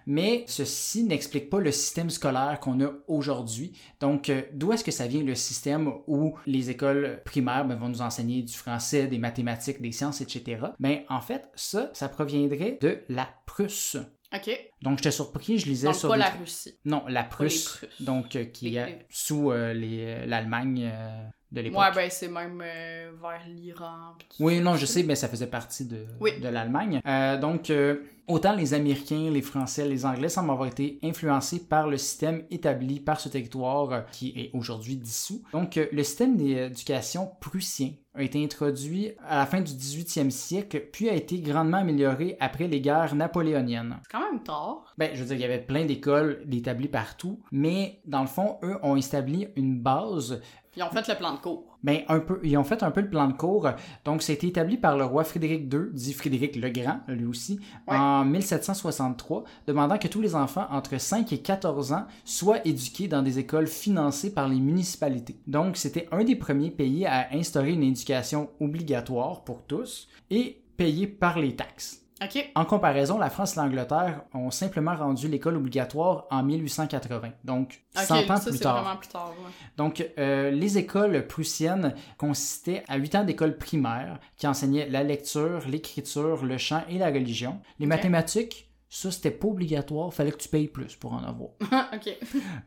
[SPEAKER 2] Mais ceci n'explique pas le système scolaire qu'on a aujourd'hui. Donc, euh, d'où est-ce que ça vient le système où les écoles primaires ben, vont nous enseigner du français, des mathématiques, des sciences, etc. Ben, en fait, ça, ça proviendrait de la Prusse.
[SPEAKER 3] OK.
[SPEAKER 2] Donc, j'étais surpris, je lisais
[SPEAKER 3] Donc,
[SPEAKER 2] sur
[SPEAKER 3] pas
[SPEAKER 2] des-
[SPEAKER 3] la Russie.
[SPEAKER 2] Non, la Prusse,
[SPEAKER 3] Prusses.
[SPEAKER 2] donc euh, qui
[SPEAKER 3] Les-
[SPEAKER 2] est sous euh, les- l'Allemagne euh, de l'époque.
[SPEAKER 3] Ouais, ben, c'est même euh, vers l'Iran. pis tout
[SPEAKER 2] Oui,
[SPEAKER 3] ça.
[SPEAKER 2] non, je sais, mais ça faisait partie de,
[SPEAKER 3] Oui.
[SPEAKER 2] de l'Allemagne. Euh, donc, euh, autant les Américains, les Français, les Anglais semblent avoir été influencés par le système établi par ce territoire euh, qui est aujourd'hui dissous. Donc, euh, le système d'éducation prussien a été introduit à la fin du 18e siècle, puis a été grandement amélioré après les guerres napoléoniennes.
[SPEAKER 3] C'est quand même tard.
[SPEAKER 2] Ben, je veux dire, il y avait plein d'écoles établies partout, mais dans le fond, eux ont établi une base
[SPEAKER 3] Ils ont fait le plan de cours.
[SPEAKER 2] ben, un peu, ils ont fait un peu le plan de cours. Donc, ça a été établi par le roi Frédéric II, dit Frédéric le Grand, lui aussi,
[SPEAKER 3] Ouais.
[SPEAKER 2] en 1763, demandant que tous les enfants entre 5 et 14 ans soient éduqués dans des écoles financées par les municipalités. Donc, c'était un des premiers pays à instaurer une éducation obligatoire pour tous et payée par les taxes.
[SPEAKER 3] OK.
[SPEAKER 2] En comparaison, la France et l'Angleterre ont simplement rendu l'école obligatoire en 1880, donc
[SPEAKER 3] OK,
[SPEAKER 2] 100 ans
[SPEAKER 3] ça,
[SPEAKER 2] plus
[SPEAKER 3] c'est
[SPEAKER 2] tard.
[SPEAKER 3] vraiment plus tard, ouais.
[SPEAKER 2] Donc, euh, les écoles prussiennes consistaient à huit ans d'écoles primaires qui enseignaient la lecture, l'écriture, le chant et la religion. Les
[SPEAKER 3] Ok.
[SPEAKER 2] mathématiques, ça, c'était pas obligatoire, fallait que tu payes plus pour en avoir.
[SPEAKER 3] Ah, OK.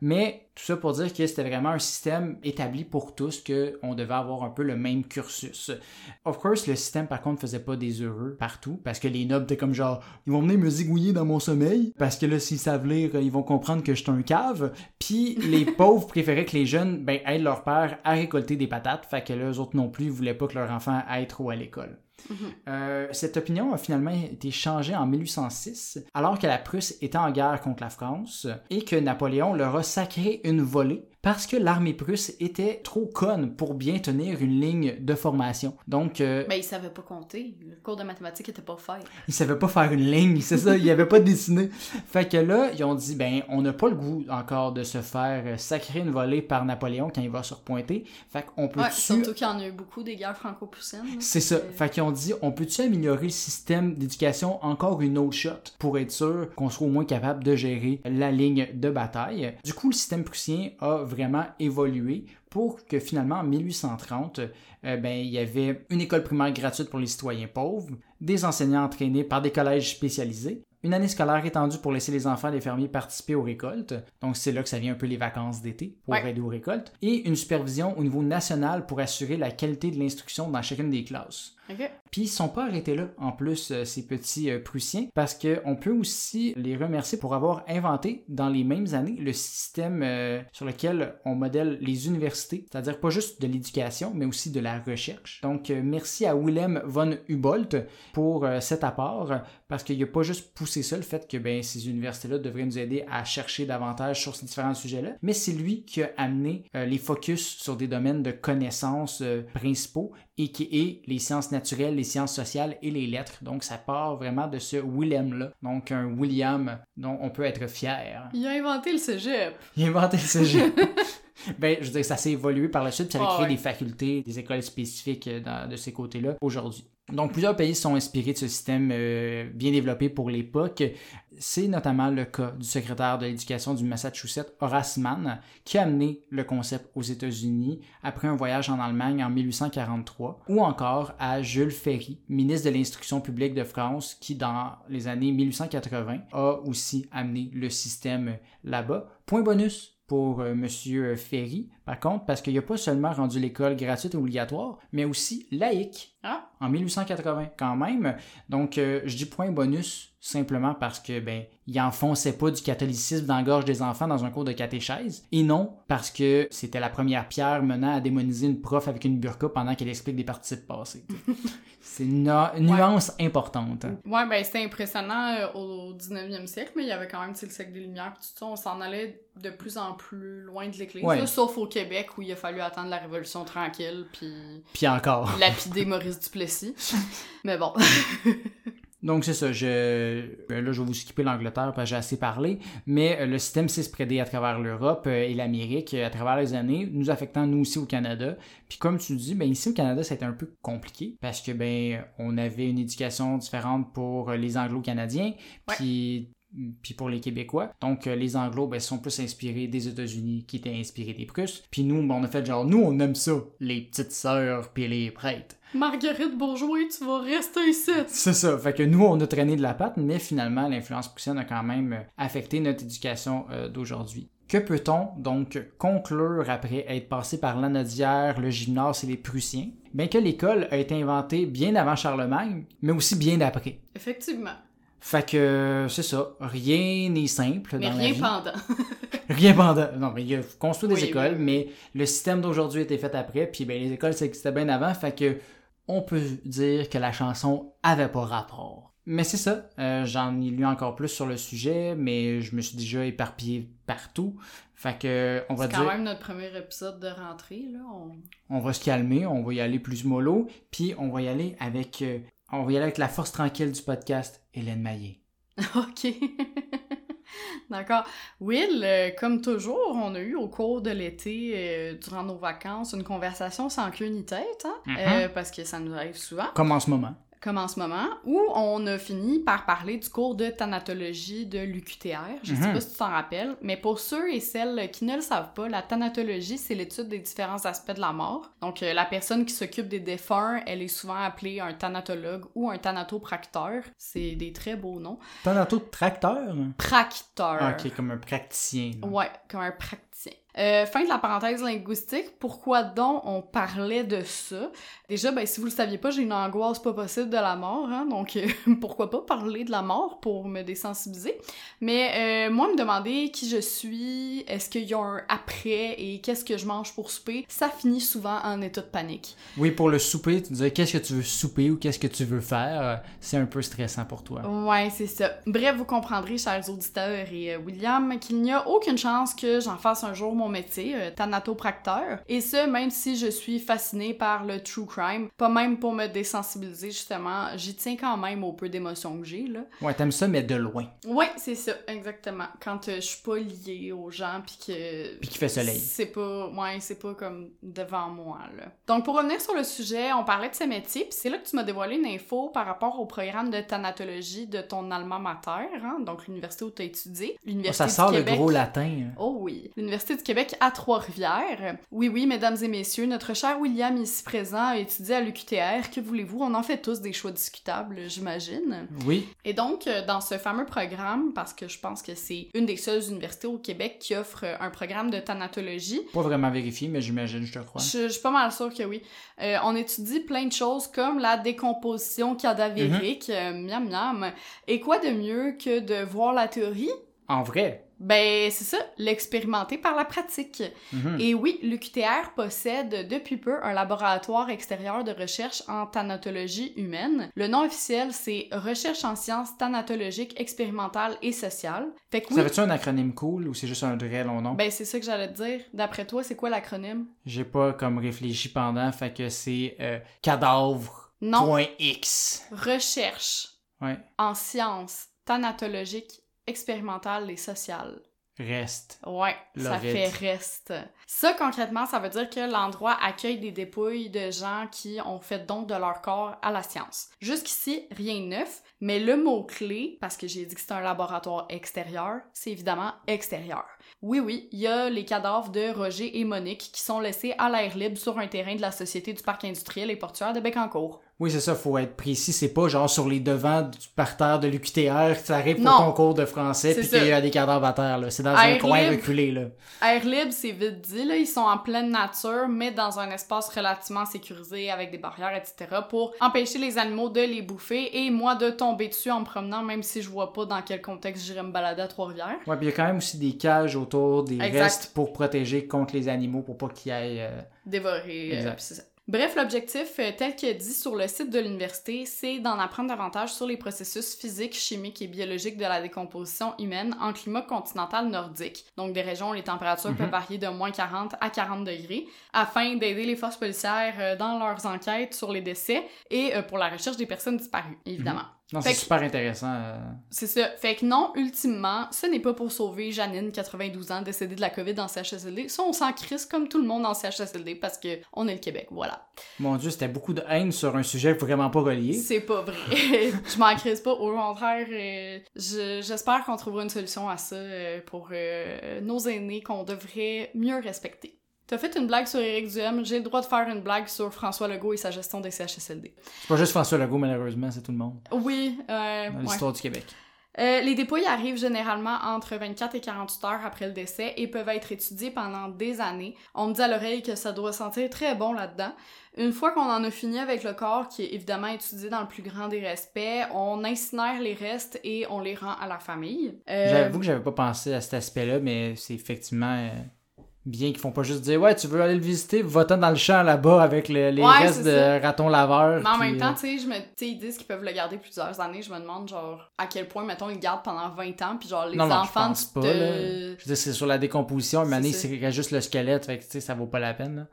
[SPEAKER 2] Mais tout ça pour dire que c'était vraiment un système établi pour tous, qu'on devait avoir un peu le même cursus. Of course, le système, par contre, faisait pas des heureux partout, parce que les nobles étaient comme genre, ils vont venir me zigouiller dans mon sommeil, parce que là, s'ils savent lire, euh, ils vont comprendre que je suis un cave. Puis les pauvres préféraient que les jeunes ben, aident leur père à récolter des patates, fait que là, eux autres non plus, ils voulaient pas que leur enfant aille trop à l'école. Euh, cette opinion a finalement été changée en 1806, alors que la Prusse était en guerre contre la France et que Napoléon leur a sacré une volée parce que l'armée prusse était trop conne pour bien tenir une ligne de formation. Donc, euh,
[SPEAKER 3] Mais ils savaient Ben, pas compter. Le cours de mathématiques était pas fait.
[SPEAKER 2] ils savaient pas faire une ligne, c'est ça, ils avaient pas dessiné. Fait que là, ils ont dit, ben, on n'a pas le goût encore de se faire euh, sacrer une volée par Napoléon quand il va se repointer. Fait qu'on peut
[SPEAKER 3] Ouais, surtout qu'il y en a eu beaucoup des guerres franco-poussines. là.
[SPEAKER 2] C'est ça.
[SPEAKER 3] Euh,
[SPEAKER 2] Fait qu'ils ont dit, on peut-tu améliorer le système d'éducation encore une autre shot pour être sûr qu'on soit au moins capable de gérer la ligne de bataille? Du coup, le système prussien a vraiment évolué pour que finalement, en 1830, euh, ben, il y avait une école primaire gratuite pour les citoyens pauvres, des enseignants entraînés par des collèges spécialisés, une année scolaire étendue pour laisser les enfants des fermiers participer aux récoltes, donc c'est là que ça vient un peu les vacances d'été pour
[SPEAKER 3] Ouais.
[SPEAKER 2] aider aux récoltes, et une supervision au niveau national pour assurer la qualité de l'instruction dans chacune des classes.
[SPEAKER 3] OK.
[SPEAKER 2] Puis ils sont pas arrêtés là, en plus, euh, ces petits euh, Prussiens, parce qu'on peut aussi les remercier pour avoir inventé dans les mêmes années le système euh, sur lequel on modèle les universités, c'est-à-dire pas juste de l'éducation, mais aussi de la recherche. Donc euh, merci à Willem von Humboldt pour euh, cet apport, euh, parce qu'il n'a pas juste poussé ça, le fait que ben, ces universités-là devraient nous aider à chercher davantage sur ces différents sujets-là, mais c'est lui qui a amené euh, les focus sur des domaines de connaissances euh, principaux et qui est les sciences naturelles, les sciences sociales et les lettres. Donc ça part vraiment de ce William-là, donc un William dont on peut être fier.
[SPEAKER 3] Il a inventé le cégep.
[SPEAKER 2] Il a inventé le sujet. Ben, je veux dire, ça s'est évolué par la suite, puis ça a
[SPEAKER 3] Ah
[SPEAKER 2] créé
[SPEAKER 3] ouais.
[SPEAKER 2] des facultés, des écoles spécifiques euh, dans- de ces côtés-là aujourd'hui. Donc, plusieurs pays sont inspirés de ce système euh, bien développé pour l'époque. C'est notamment le cas du secrétaire de l'éducation du Massachusetts, Horace Mann, qui a amené le concept aux États-Unis après un voyage en Allemagne en 1843, ou encore à Jules Ferry, ministre de l'Instruction publique de France, qui dans les années 1880 a aussi amené le système là-bas. Point bonus pour euh, Monsieur Ferry, par contre, parce qu'il n'a pas seulement rendu l'école gratuite et obligatoire, mais aussi laïque
[SPEAKER 3] Ah,
[SPEAKER 2] en 1880 quand même. Donc, euh, je dis point bonus simplement parce que, ben, il enfonçait pas du catholicisme dans la gorge des enfants dans un cours de catéchèse. Et non parce que c'était la première pierre menant à démoniser une prof avec une burqa pendant qu'elle explique des parties de passé. C'est une nu- une
[SPEAKER 3] Ouais.
[SPEAKER 2] nuance importante.
[SPEAKER 3] Ouais, ben c'était impressionnant euh, au 19e siècle, mais il y avait quand même tu sais, le siècle des Lumières, puis tout ça, on s'en allait de plus en plus loin de l'Église,
[SPEAKER 2] Ouais.
[SPEAKER 3] là, sauf au Québec où il a fallu attendre la Révolution tranquille, puis
[SPEAKER 2] Puis encore.
[SPEAKER 3] lapider Maurice Duplessis. mais bon,
[SPEAKER 2] Donc c'est ça, je euh, là je vais vous skipper l'Angleterre parce que j'ai assez parlé, mais euh, le système s'est spreadé à travers l'Europe euh, et l'Amérique euh, à travers les années, nous affectant nous aussi au Canada. Puis comme tu dis, ben ici au Canada, c'était un peu compliqué parce que ben on avait une éducation différente pour euh, les Anglo-Canadiens
[SPEAKER 3] Ouais.
[SPEAKER 2] puis puis pour les Québécois. Donc, euh, les Anglo, ben, sont plus inspirés des États-Unis qui étaient inspirés des Prusses. Puis nous, ben, on a fait genre, nous, on aime ça, les petites sœurs puis les prêtres.
[SPEAKER 3] Marguerite Bourgeois, tu vas rester ici.
[SPEAKER 2] C'est ça. Fait que nous, on a traîné de la patte, mais finalement, l'influence prussienne a quand même euh, affecté notre éducation euh, d'aujourd'hui. Que peut-on donc conclure après être passé par l'anodière, le gymnase et les Prussiens? Bien que l'école a été inventée bien avant Charlemagne, mais aussi bien d'après.
[SPEAKER 3] Effectivement,
[SPEAKER 2] Fait que euh, c'est ça, rien n'est simple
[SPEAKER 3] mais
[SPEAKER 2] dans la
[SPEAKER 3] rien
[SPEAKER 2] vie.
[SPEAKER 3] pendant.
[SPEAKER 2] Rien pendant. Non, mais il a construit des
[SPEAKER 3] Oui,
[SPEAKER 2] écoles,
[SPEAKER 3] oui, oui.
[SPEAKER 2] mais le système d'aujourd'hui a été fait après, puis ben, les écoles, ça existait bien avant, fait que on peut dire que la chanson avait pas rapport. Mais c'est ça, euh, j'en ai lu encore plus sur le sujet, mais je me suis déjà éparpillé partout. Fait que, on va
[SPEAKER 3] C'est
[SPEAKER 2] dire,
[SPEAKER 3] quand même notre premier épisode de rentrée, là. on-
[SPEAKER 2] on va se calmer, on va y aller plus mollo, puis on va y aller avec, euh, on va y aller avec la force tranquille du podcast, Hélène Maillé.
[SPEAKER 3] Ok. D'accord. Will, euh, comme toujours, on a eu au cours de l'été, euh, durant nos vacances, une conversation sans queue ni tête, hein,
[SPEAKER 2] Mhm.
[SPEAKER 3] euh, parce que ça nous arrive souvent,
[SPEAKER 2] Comme en ce moment.
[SPEAKER 3] comme en ce moment, où on a fini par parler du cours de thanatologie de l'UQTR. Je sais
[SPEAKER 2] Mhm.
[SPEAKER 3] pas si tu t'en rappelles, mais pour ceux et celles qui ne le savent pas, la thanatologie, c'est l'étude des différents aspects de la mort. Donc, euh, la personne qui s'occupe des défunts, elle est souvent appelée un thanatologue ou un thanatopracteur. C'est des très beaux noms.
[SPEAKER 2] T'en as tout de tracteur?
[SPEAKER 3] Practeur.
[SPEAKER 2] Ah, ok, comme un praticien. là.
[SPEAKER 3] Ouais, comme un praticien. Euh, fin de la parenthèse linguistique. Pourquoi donc on parlait de ça? Déjà, ben, si vous le saviez pas, j'ai une angoisse pas possible de la mort, hein, donc euh, pourquoi pas parler de la mort pour me désensibiliser? Mais euh, moi, me demander qui je suis, est-ce qu'il y a un après et qu'est-ce que je mange pour souper, ça finit souvent en état de panique.
[SPEAKER 2] Oui, pour le souper, tu disais qu'est-ce que tu veux souper ou qu'est-ce que tu veux faire. euh, C'est un peu stressant pour toi.
[SPEAKER 3] Ouais, c'est ça. Bref, vous comprendrez, chers auditeurs et euh, William, qu'il n'y a aucune chance que j'en fasse un jour mon métier, euh, thanatopracteur. Et ce, même si je suis fascinée par le true crime, pas même pour me désensibiliser, justement, j'y tiens quand même au peu d'émotion que j'ai, là.
[SPEAKER 2] Ouais, t'aimes ça, mais de loin.
[SPEAKER 3] Ouais, c'est ça, exactement. Quand euh, je suis pas liée aux gens, puis que...
[SPEAKER 2] Puis qui fait soleil.
[SPEAKER 3] C'est pas, ouais, c'est pas comme devant moi, là. Donc, pour revenir sur le sujet, on parlait de ce métier, puis c'est là que tu m'as dévoilé une info par rapport au programme de thanatologie de ton alma mater, hein, donc l'université où tu as étudié.
[SPEAKER 2] Oh,
[SPEAKER 3] L'université
[SPEAKER 2] ça sort
[SPEAKER 3] du
[SPEAKER 2] le
[SPEAKER 3] Québec.
[SPEAKER 2] gros latin. hein.
[SPEAKER 3] Oh oui, l'Université du Québec à Trois-Rivières. Oui, oui, mesdames et messieurs, notre cher William ici présent a étudié à l'UQTR. Que voulez-vous? On en fait tous des choix discutables, j'imagine.
[SPEAKER 2] Oui,
[SPEAKER 3] Et donc, euh, dans ce fameux programme, parce que je pense que c'est une des seules universités au Québec qui offre euh, un programme de thanatologie,
[SPEAKER 2] pas vraiment vérifié, mais j'imagine, je te crois.
[SPEAKER 3] je, je suis pas mal sûre que oui. Euh, on étudie plein de choses comme la décomposition cadavérique, euh, miam miam. Et quoi de mieux que de voir la théorie?
[SPEAKER 2] En vrai.
[SPEAKER 3] Ben, c'est ça, l'expérimenter par la pratique.
[SPEAKER 2] Mhm.
[SPEAKER 3] Et oui, l'UQTR possède depuis peu un laboratoire extérieur de recherche en thanatologie humaine. Le nom officiel, c'est Recherche en sciences thanatologiques expérimentales et sociales. Fait que
[SPEAKER 2] Ça
[SPEAKER 3] oui,
[SPEAKER 2] veut-tu un acronyme cool ou c'est juste un très long nom?
[SPEAKER 3] ben c'est ça que j'allais te dire. D'après toi, c'est quoi l'acronyme?
[SPEAKER 2] J'ai pas comme réfléchi pendant, fait que c'est euh, cadavre.
[SPEAKER 3] Non.
[SPEAKER 2] Point X.
[SPEAKER 3] Recherche
[SPEAKER 2] Ouais.
[SPEAKER 3] en sciences thanatologiques expérimentales et sociales.
[SPEAKER 2] Reste.
[SPEAKER 3] Ouais, ça
[SPEAKER 2] Love it.
[SPEAKER 3] fait reste. Ça, concrètement, ça veut dire que l'endroit accueille des dépouilles de gens qui ont fait don de leur corps à la science. Jusqu'ici, rien de neuf, mais le mot-clé, parce que j'ai dit que c'est un laboratoire extérieur, c'est évidemment extérieur. Oui, oui, il y a les cadavres de Roger et Monique qui sont laissés à l'air libre sur un terrain de la Société du Parc industriel et portuaire de Bécancour.
[SPEAKER 2] Oui, c'est ça, faut être précis. C'est pas genre sur les devants du parterre de l'UQTR que t'arrives pour
[SPEAKER 3] Non.
[SPEAKER 2] ton cours de français
[SPEAKER 3] C'est
[SPEAKER 2] pis
[SPEAKER 3] ça.
[SPEAKER 2] qu'il y a des cadavres à terre, là. C'est dans un
[SPEAKER 3] Air
[SPEAKER 2] coin
[SPEAKER 3] libre.
[SPEAKER 2] reculé, là.
[SPEAKER 3] Air libre, c'est vite dit, là. Ils sont en pleine nature, mais dans un espace relativement sécurisé avec des barrières, etc. pour empêcher les animaux de les bouffer et moi de tomber dessus en me promenant, même si je vois pas dans quel contexte j'irais me balader à Trois-Rivières.
[SPEAKER 2] Ouais, puis il y a quand même aussi des cages autour des
[SPEAKER 3] Exact.
[SPEAKER 2] restes pour protéger contre les animaux pour pas qu'ils aillent. euh,
[SPEAKER 3] Dévorer. euh,
[SPEAKER 2] Exact.
[SPEAKER 3] pis c'est ça. Bref, l'objectif euh, tel que dit sur le site de l'université, c'est d'en apprendre davantage sur les processus physiques, chimiques et biologiques de la décomposition humaine en climat continental nordique. Donc des régions où les températures
[SPEAKER 2] Mhm.
[SPEAKER 3] peuvent varier de moins 40 à 40 degrés afin d'aider les forces policières euh, dans leurs enquêtes sur les décès et euh, pour la recherche des personnes disparues, évidemment.
[SPEAKER 2] Non, c'est
[SPEAKER 3] Fait que-
[SPEAKER 2] super intéressant. euh,
[SPEAKER 3] C'est ça. Fait que non, ultimement, ce n'est pas pour sauver Janine, 92 ans, décédée de la COVID dans CHSLD. Ça, on s'en crisse comme tout le monde en CHSLD parce que on est le Québec, voilà.
[SPEAKER 2] Mon Dieu, c'était beaucoup de haine sur un sujet vraiment pas relié.
[SPEAKER 3] C'est pas vrai. je m'en crisse pas. Au contraire, euh, je- j'espère qu'on trouvera une solution à ça euh, pour euh, nos aînés qu'on devrait mieux respecter. T'as fait une blague sur Éric Duhem, j'ai le droit de faire une blague sur François Legault et sa gestion des CHSLD.
[SPEAKER 2] C'est pas juste François Legault, malheureusement, c'est tout le monde.
[SPEAKER 3] Oui, euh,
[SPEAKER 2] Dans
[SPEAKER 3] ouais.
[SPEAKER 2] l'histoire du Québec.
[SPEAKER 3] Euh, les dépôts y arrivent généralement entre 24 et 48 heures après le décès et peuvent être étudiés pendant des années. On me dit à l'oreille que ça doit sentir très bon là-dedans. Une fois qu'on en a fini avec le corps, qui est évidemment étudié dans le plus grand des respects, on incinère les restes et on les rend à leur famille. Euh,
[SPEAKER 2] J'avoue que j'avais pas pensé à cet aspect-là, mais c'est effectivement euh, bien qu'ils font pas juste dire Ouais, tu veux aller le visiter, va-t'en dans le champ là-bas avec le- les
[SPEAKER 3] Ouais,
[SPEAKER 2] restes de
[SPEAKER 3] c'est ça.
[SPEAKER 2] ratons laveurs.
[SPEAKER 3] Mais en même
[SPEAKER 2] puis, euh,
[SPEAKER 3] temps, tu sais, je me, tu sais, ils disent qu'ils peuvent le garder plusieurs années. Je me demande, genre, à quel point, mettons, ils le gardent pendant 20 ans, puis genre, les
[SPEAKER 2] Non, non, je
[SPEAKER 3] enfants
[SPEAKER 2] pense pas,
[SPEAKER 3] de-
[SPEAKER 2] Je veux dire, c'est sur la décomposition,
[SPEAKER 3] C'est
[SPEAKER 2] mais année,
[SPEAKER 3] ça.
[SPEAKER 2] c'est juste le squelette, fait que tu sais, ça vaut pas la peine. là.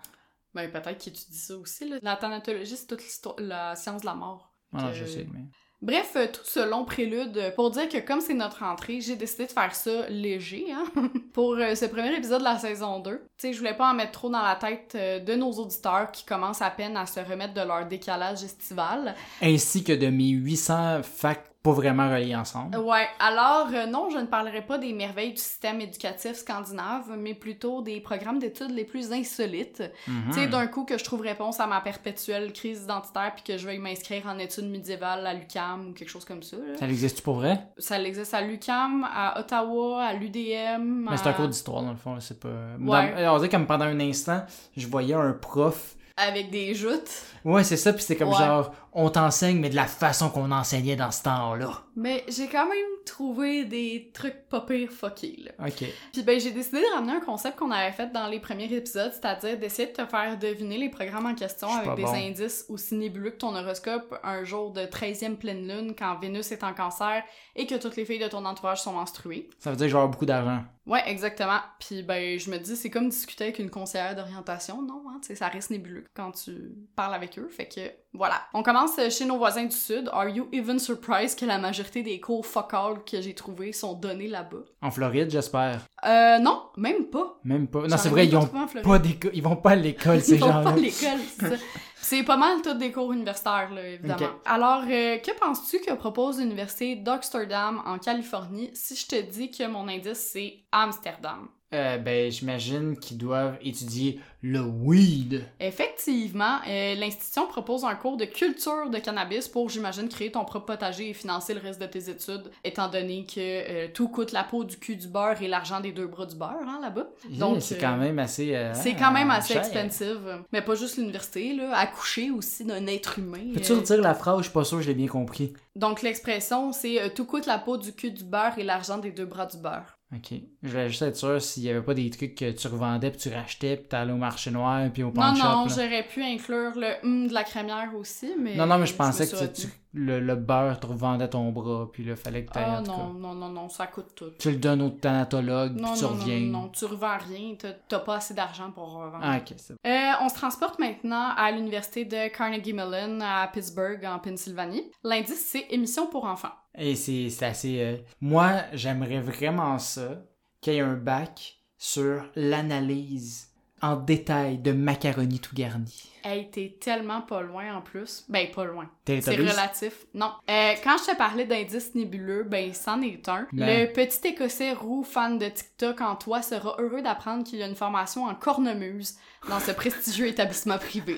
[SPEAKER 3] Ben, peut-être qu'ils étudient ça aussi, là. La thanatologie, c'est toute l'histoire- la science de la mort.
[SPEAKER 2] Ah non,
[SPEAKER 3] Que-
[SPEAKER 2] je sais, mais.
[SPEAKER 3] Bref, euh, tout ce long prélude euh, pour dire que comme c'est notre entrée, j'ai décidé de faire ça léger hein, pour euh, ce premier épisode de la saison 2. Tu sais, je voulais pas en mettre trop dans la tête euh, de nos auditeurs qui commencent à peine à se remettre de leur décalage estival.
[SPEAKER 2] Ainsi que de mes 800 facts pas vraiment reliés ensemble.
[SPEAKER 3] Euh, Ouais, alors euh, non, je ne parlerai pas des merveilles du système éducatif scandinave, mais plutôt des programmes d'études les plus insolites.
[SPEAKER 2] Mhm.
[SPEAKER 3] Tu sais, d'un coup que je trouve réponse à ma perpétuelle crise identitaire puis que je vais m'inscrire en études médiévales à l'UQAM ou quelque chose comme ça. là.
[SPEAKER 2] Ça existe pour vrai?
[SPEAKER 3] Ça existe à l'UCAM, à Ottawa, à l'UDM.
[SPEAKER 2] Mais c'est
[SPEAKER 3] à-
[SPEAKER 2] un cours d'histoire, dans le fond, là, c'est pas. Dans-
[SPEAKER 3] Ouais.
[SPEAKER 2] Alors, on dirait comme pendant un instant, je voyais un prof
[SPEAKER 3] Avec des joutes.
[SPEAKER 2] Ouais, c'est ça, puis c'est comme
[SPEAKER 3] Ouais.
[SPEAKER 2] genre, on t'enseigne, mais de la façon qu'on enseignait dans ce temps-là.
[SPEAKER 3] Mais j'ai quand même trouvé des trucs pas pires fuckés, là.
[SPEAKER 2] Ok.
[SPEAKER 3] Puis ben, j'ai décidé de ramener un concept qu'on avait fait dans les premiers épisodes, c'est-à-dire d'essayer de te faire deviner les programmes en question
[SPEAKER 2] Je suis
[SPEAKER 3] avec
[SPEAKER 2] pas
[SPEAKER 3] des
[SPEAKER 2] bon.
[SPEAKER 3] indices aussi nébuleux que ton horoscope un jour de 13e pleine lune quand Vénus est en cancer et que toutes les filles de ton entourage sont menstruées.
[SPEAKER 2] Ça veut dire que je vais avoir beaucoup d'argent.
[SPEAKER 3] Ouais, exactement. Puis ben, je me dis, c'est comme discuter avec une conseillère d'orientation, non? Hein? Tu sais, ça reste nébuleux quand tu parles avec eux. Fait que, voilà. On commence euh, chez nos voisins du Sud. Are you even surprised que la majorité des cours fuck all que j'ai trouvés sont donnés là-bas?
[SPEAKER 2] En Floride, j'espère.
[SPEAKER 3] Euh, non, même pas.
[SPEAKER 2] Même pas. Non,
[SPEAKER 3] J'en
[SPEAKER 2] c'est
[SPEAKER 3] ai
[SPEAKER 2] vrai,
[SPEAKER 3] même
[SPEAKER 2] ils ont
[SPEAKER 3] trouvé en Floride.
[SPEAKER 2] pas d'école. Ils vont pas à l'école, ces
[SPEAKER 3] Ils vont pas
[SPEAKER 2] gens-là.
[SPEAKER 3] à l'école, c'est ça. C'est pas mal tous des cours universitaires, là, évidemment.
[SPEAKER 2] Ok.
[SPEAKER 3] Alors, euh, que penses-tu que propose l'université d'Oxfordham en Californie si je te dis que mon indice c'est Amsterdam?
[SPEAKER 2] Euh, ben, j'imagine qu'ils doivent étudier le weed.
[SPEAKER 3] Effectivement, euh, l'institution propose un cours de culture de cannabis pour, j'imagine, créer ton propre potager et financer le reste de tes études, étant donné que euh, tout coûte la peau du cul du beurre et l'argent des deux bras du beurre, hein, là-bas.
[SPEAKER 2] Donc,
[SPEAKER 3] Donc,
[SPEAKER 2] c'est
[SPEAKER 3] euh,
[SPEAKER 2] quand même assez. euh,
[SPEAKER 3] C'est quand même
[SPEAKER 2] euh,
[SPEAKER 3] assez
[SPEAKER 2] cher.
[SPEAKER 3] expensive. Mais pas juste l'université, là. Accoucher aussi d'un être humain.
[SPEAKER 2] Peux-tu
[SPEAKER 3] euh,
[SPEAKER 2] redire la phrase? Je suis pas sûr que je l'ai bien compris.
[SPEAKER 3] Donc, l'expression, c'est euh, tout coûte la peau du cul du beurre et l'argent des deux bras du beurre.
[SPEAKER 2] Ok. Je voulais juste être sûr s'il y avait pas des trucs que tu revendais, puis tu rachetais, puis t'allais au marché noir, puis au pawn
[SPEAKER 3] Non,
[SPEAKER 2] shop.
[SPEAKER 3] non,
[SPEAKER 2] là.
[SPEAKER 3] j'aurais pu inclure le hum de la crémière aussi, mais.
[SPEAKER 2] Non, non, mais je
[SPEAKER 3] me
[SPEAKER 2] pensais
[SPEAKER 3] suis
[SPEAKER 2] que tu-
[SPEAKER 3] retenue.
[SPEAKER 2] tu- le, le beurre te revendait ton bras, puis là, fallait que t'ailles,
[SPEAKER 3] Ah
[SPEAKER 2] en tout
[SPEAKER 3] non,
[SPEAKER 2] cas.
[SPEAKER 3] non, non, non, ça coûte tout.
[SPEAKER 2] Tu le donnes au thanatologue,
[SPEAKER 3] Non,
[SPEAKER 2] puis tu
[SPEAKER 3] non,
[SPEAKER 2] reviens.
[SPEAKER 3] non, non, tu revends rien, t'as- t'as pas assez d'argent pour revendre.
[SPEAKER 2] Ah, ok, c'est bon.
[SPEAKER 3] Euh, on se transporte maintenant à l'université de Carnegie Mellon à Pittsburgh, en Pennsylvanie. L'indice, c'est émission pour enfants.
[SPEAKER 2] Et c'est c'est assez. euh, Moi, j'aimerais vraiment ça, qu'il y ait un bac sur l'analyse en détail de macaroni tout garni.
[SPEAKER 3] Hey, t'es tellement pas loin en plus. Ben, pas loin. C'est
[SPEAKER 2] Teletubbies?
[SPEAKER 3] relatif. Non. Euh, quand je te parlais d'indices nébuleux, ben, c'en est un.
[SPEAKER 2] Ben.
[SPEAKER 3] Le petit écossais roux fan de TikTok en toi sera heureux d'apprendre qu'il y a une formation en cornemuse dans ce prestigieux établissement privé.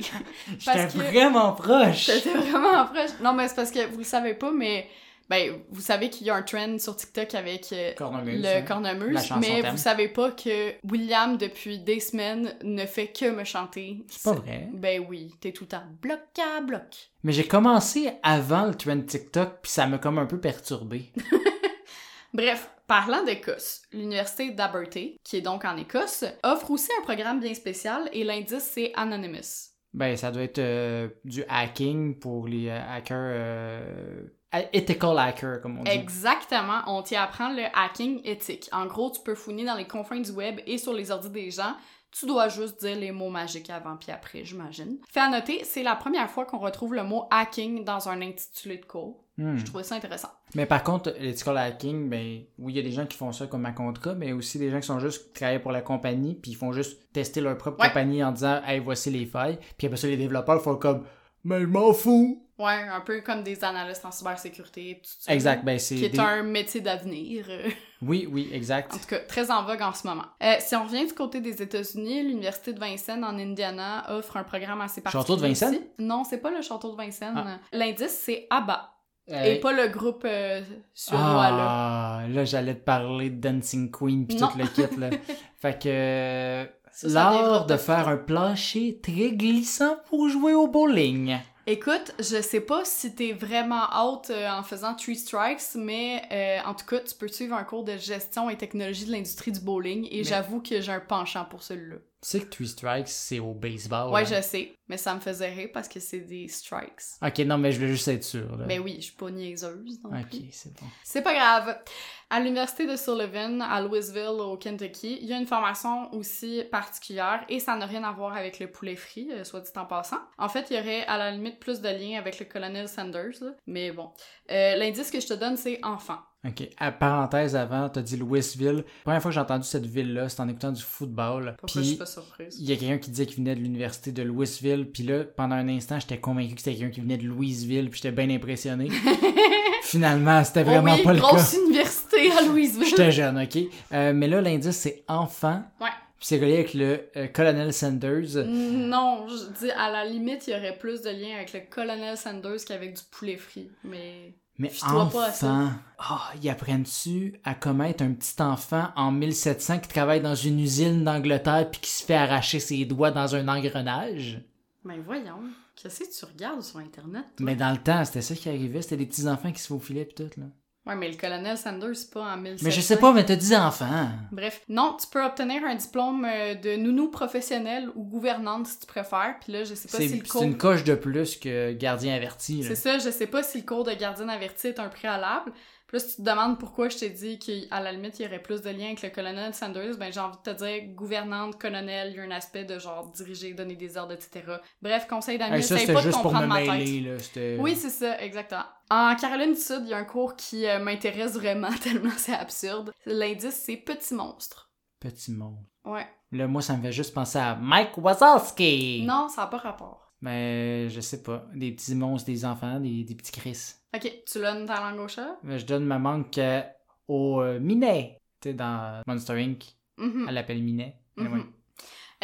[SPEAKER 2] J'étais
[SPEAKER 3] parce que-
[SPEAKER 2] vraiment proche!
[SPEAKER 3] J'étais vraiment proche. Non, mais c'est parce que vous le savez pas, mais ben, vous savez qu'il y a un trend sur TikTok avec euh,
[SPEAKER 2] Cornemuse,
[SPEAKER 3] le
[SPEAKER 2] hein. La
[SPEAKER 3] cornemuse,
[SPEAKER 2] chanson
[SPEAKER 3] mais
[SPEAKER 2] thème.
[SPEAKER 3] vous savez pas que William, depuis des semaines, ne fait que me chanter.
[SPEAKER 2] C'est pas vrai.
[SPEAKER 3] Ben oui, t'es tout le temps bloc à bloc.
[SPEAKER 2] Mais j'ai commencé avant le trend TikTok, puis ça m'a comme un peu perturbé.
[SPEAKER 3] Bref, parlant d'Écosse, l'université d'Abertay, qui est donc en Écosse, offre aussi un programme bien spécial et l'indice c'est Anonymous.
[SPEAKER 2] Ben, ça doit être euh, du hacking pour les euh, hackers. euh, ethical hackers, comme on dit.
[SPEAKER 3] Exactement, on t'y apprend le hacking éthique. En gros, tu peux fouiner dans les confins du web et sur les ordi des gens. Tu dois juste dire les mots magiques avant puis après, j'imagine. Fait à noter, c'est la première fois qu'on retrouve le mot hacking dans un intitulé de cours.
[SPEAKER 2] Hmm.
[SPEAKER 3] Je trouvais ça intéressant.
[SPEAKER 2] Mais par contre, l'ethical hacking, ben oui, il y a des gens qui font ça comme à contrat, mais aussi des gens qui sont juste travaillés pour la compagnie, puis ils font juste tester leur propre
[SPEAKER 3] Ouais.
[SPEAKER 2] compagnie en disant Hey, voici les failles. Puis après ça, les développeurs font comme Mais je m'en fous!
[SPEAKER 3] Ouais, un peu comme des analystes en cybersécurité. pis tout ça.
[SPEAKER 2] Exact, ben c'est.
[SPEAKER 3] Qui est
[SPEAKER 2] des-
[SPEAKER 3] un métier d'avenir. euh,
[SPEAKER 2] Oui, oui, exact.
[SPEAKER 3] En tout cas, très en vogue en ce moment. Euh, si on revient du côté des États-Unis, l'Université de Vincennes en Indiana offre un programme assez particulier.
[SPEAKER 2] Château de Vincennes?
[SPEAKER 3] aussi. Non, c'est pas le château de Vincennes.
[SPEAKER 2] Ah.
[SPEAKER 3] L'indice, c'est ABBA.
[SPEAKER 2] Euh,
[SPEAKER 3] Et pas le groupe euh, suédois, là.
[SPEAKER 2] ah, là, j'allais te parler de Dancing Queen puis
[SPEAKER 3] Non.
[SPEAKER 2] tout le kit, là. fait que.
[SPEAKER 3] Ça, ça
[SPEAKER 2] L'art
[SPEAKER 3] développe
[SPEAKER 2] de
[SPEAKER 3] un
[SPEAKER 2] faire
[SPEAKER 3] petit
[SPEAKER 2] un plancher très glissant pour jouer au bowling.
[SPEAKER 3] Écoute, je sais pas si t'es vraiment haute euh, en faisant Three Strikes, mais euh, en tout cas, tu peux suivre un cours de gestion et technologie de l'industrie du bowling, et
[SPEAKER 2] Mais-
[SPEAKER 3] j'avoue que j'ai un penchant pour celui-là.
[SPEAKER 2] Tu sais que Three Strikes, c'est au baseball.
[SPEAKER 3] Ouais,
[SPEAKER 2] hein?
[SPEAKER 3] je sais, mais ça me faisait rire parce que c'est des strikes.
[SPEAKER 2] Ok, non, mais je voulais juste être sûr. Là.
[SPEAKER 3] Mais oui, je suis pas niaiseuse non
[SPEAKER 2] Ok,
[SPEAKER 3] plus.
[SPEAKER 2] c'est bon.
[SPEAKER 3] C'est pas grave. À l'université de Sullivan, à Louisville, au Kentucky, il y a une formation aussi particulière et ça n'a rien à voir avec le poulet frit, euh, soit dit en passant. En fait, il y aurait à la limite plus de liens avec le colonel Sanders, là, mais bon. Euh, L'indice que je te donne, c'est enfant.
[SPEAKER 2] Ok, à parenthèse avant, t'as dit Louisville. Première fois que j'ai entendu cette ville-là, c'est en écoutant du football.
[SPEAKER 3] Pourquoi je suis
[SPEAKER 2] Puis
[SPEAKER 3] pas surprise?
[SPEAKER 2] il y a quelqu'un qui disait qu'il venait de l'université de Louisville. Puis là, pendant un instant, j'étais convaincu que c'était quelqu'un qui venait de Louisville. Puis j'étais bien impressionné. Finalement, c'était vraiment
[SPEAKER 3] Oh oui,
[SPEAKER 2] pas le cas.
[SPEAKER 3] grosse université à Louisville.
[SPEAKER 2] J'étais jeune, ok. Euh, mais là, l'indice, c'est enfant.
[SPEAKER 3] Ouais.
[SPEAKER 2] Puis c'est relié avec le euh, colonel Sanders.
[SPEAKER 3] Non, je dis à la limite, il y aurait plus de liens avec le colonel Sanders qu'avec du poulet frit, mais
[SPEAKER 2] Mais
[SPEAKER 3] Fie-toi pas à ça.
[SPEAKER 2] enfant, ah, ils apprennent-tu à commettre un petit enfant en 1700 qui travaille dans une usine d'Angleterre puis qui se fait arracher ses doigts dans un engrenage?
[SPEAKER 3] Mais voyons, qu'est-ce que tu regardes sur Internet, toi?
[SPEAKER 2] Mais dans le temps, c'était ça qui arrivait, c'était des petits-enfants qui se faufilaient pis tout, là.
[SPEAKER 3] Ouais, mais le colonel Sanders, c'est pas en 1700.
[SPEAKER 2] Mais je sais pas, mais t'as 10 enfants.
[SPEAKER 3] Bref, non, tu peux obtenir un diplôme euh, de nounou professionnel ou gouvernante si tu préfères. Puis là, je sais pas
[SPEAKER 2] C'est
[SPEAKER 3] si le
[SPEAKER 2] c'est
[SPEAKER 3] cours...
[SPEAKER 2] une coche de plus que gardien averti, là.
[SPEAKER 3] C'est ça, je sais pas si le cours de gardienne avertie est un préalable. Puis là, si tu te demandes pourquoi je t'ai dit qu'à la limite, il y aurait plus de liens avec le colonel Sanders, ben j'ai envie de te dire, gouvernante, colonel, il y a un aspect de genre diriger, donner des ordres, etc. Bref, conseil d'amis,
[SPEAKER 2] Hey, ça,
[SPEAKER 3] essaye
[SPEAKER 2] c'était
[SPEAKER 3] pas de
[SPEAKER 2] juste pour me
[SPEAKER 3] comprendre ma tête.
[SPEAKER 2] mêler, là. c'était-
[SPEAKER 3] Oui, c'est ça, exactement. En Caroline du Sud, il y a un cours qui euh, m'intéresse vraiment tellement c'est absurde. L'indice, c'est petit monstre.
[SPEAKER 2] Petit monde.
[SPEAKER 3] Ouais.
[SPEAKER 2] Là, moi, ça me fait juste penser à Mike Wazowski.
[SPEAKER 3] Non, ça n'a pas rapport.
[SPEAKER 2] Mais je sais pas. Des petits monstres, des enfants, des, des petits Chris.
[SPEAKER 3] Ok, tu l'as dans ta langue hein? au chat?
[SPEAKER 2] Mais Je donne ma manque euh, au euh, Minet. Tu sais, dans Monster Inc.,
[SPEAKER 3] Mhm,
[SPEAKER 2] elle l'appelle Minet.
[SPEAKER 3] mhm.
[SPEAKER 2] Anyway.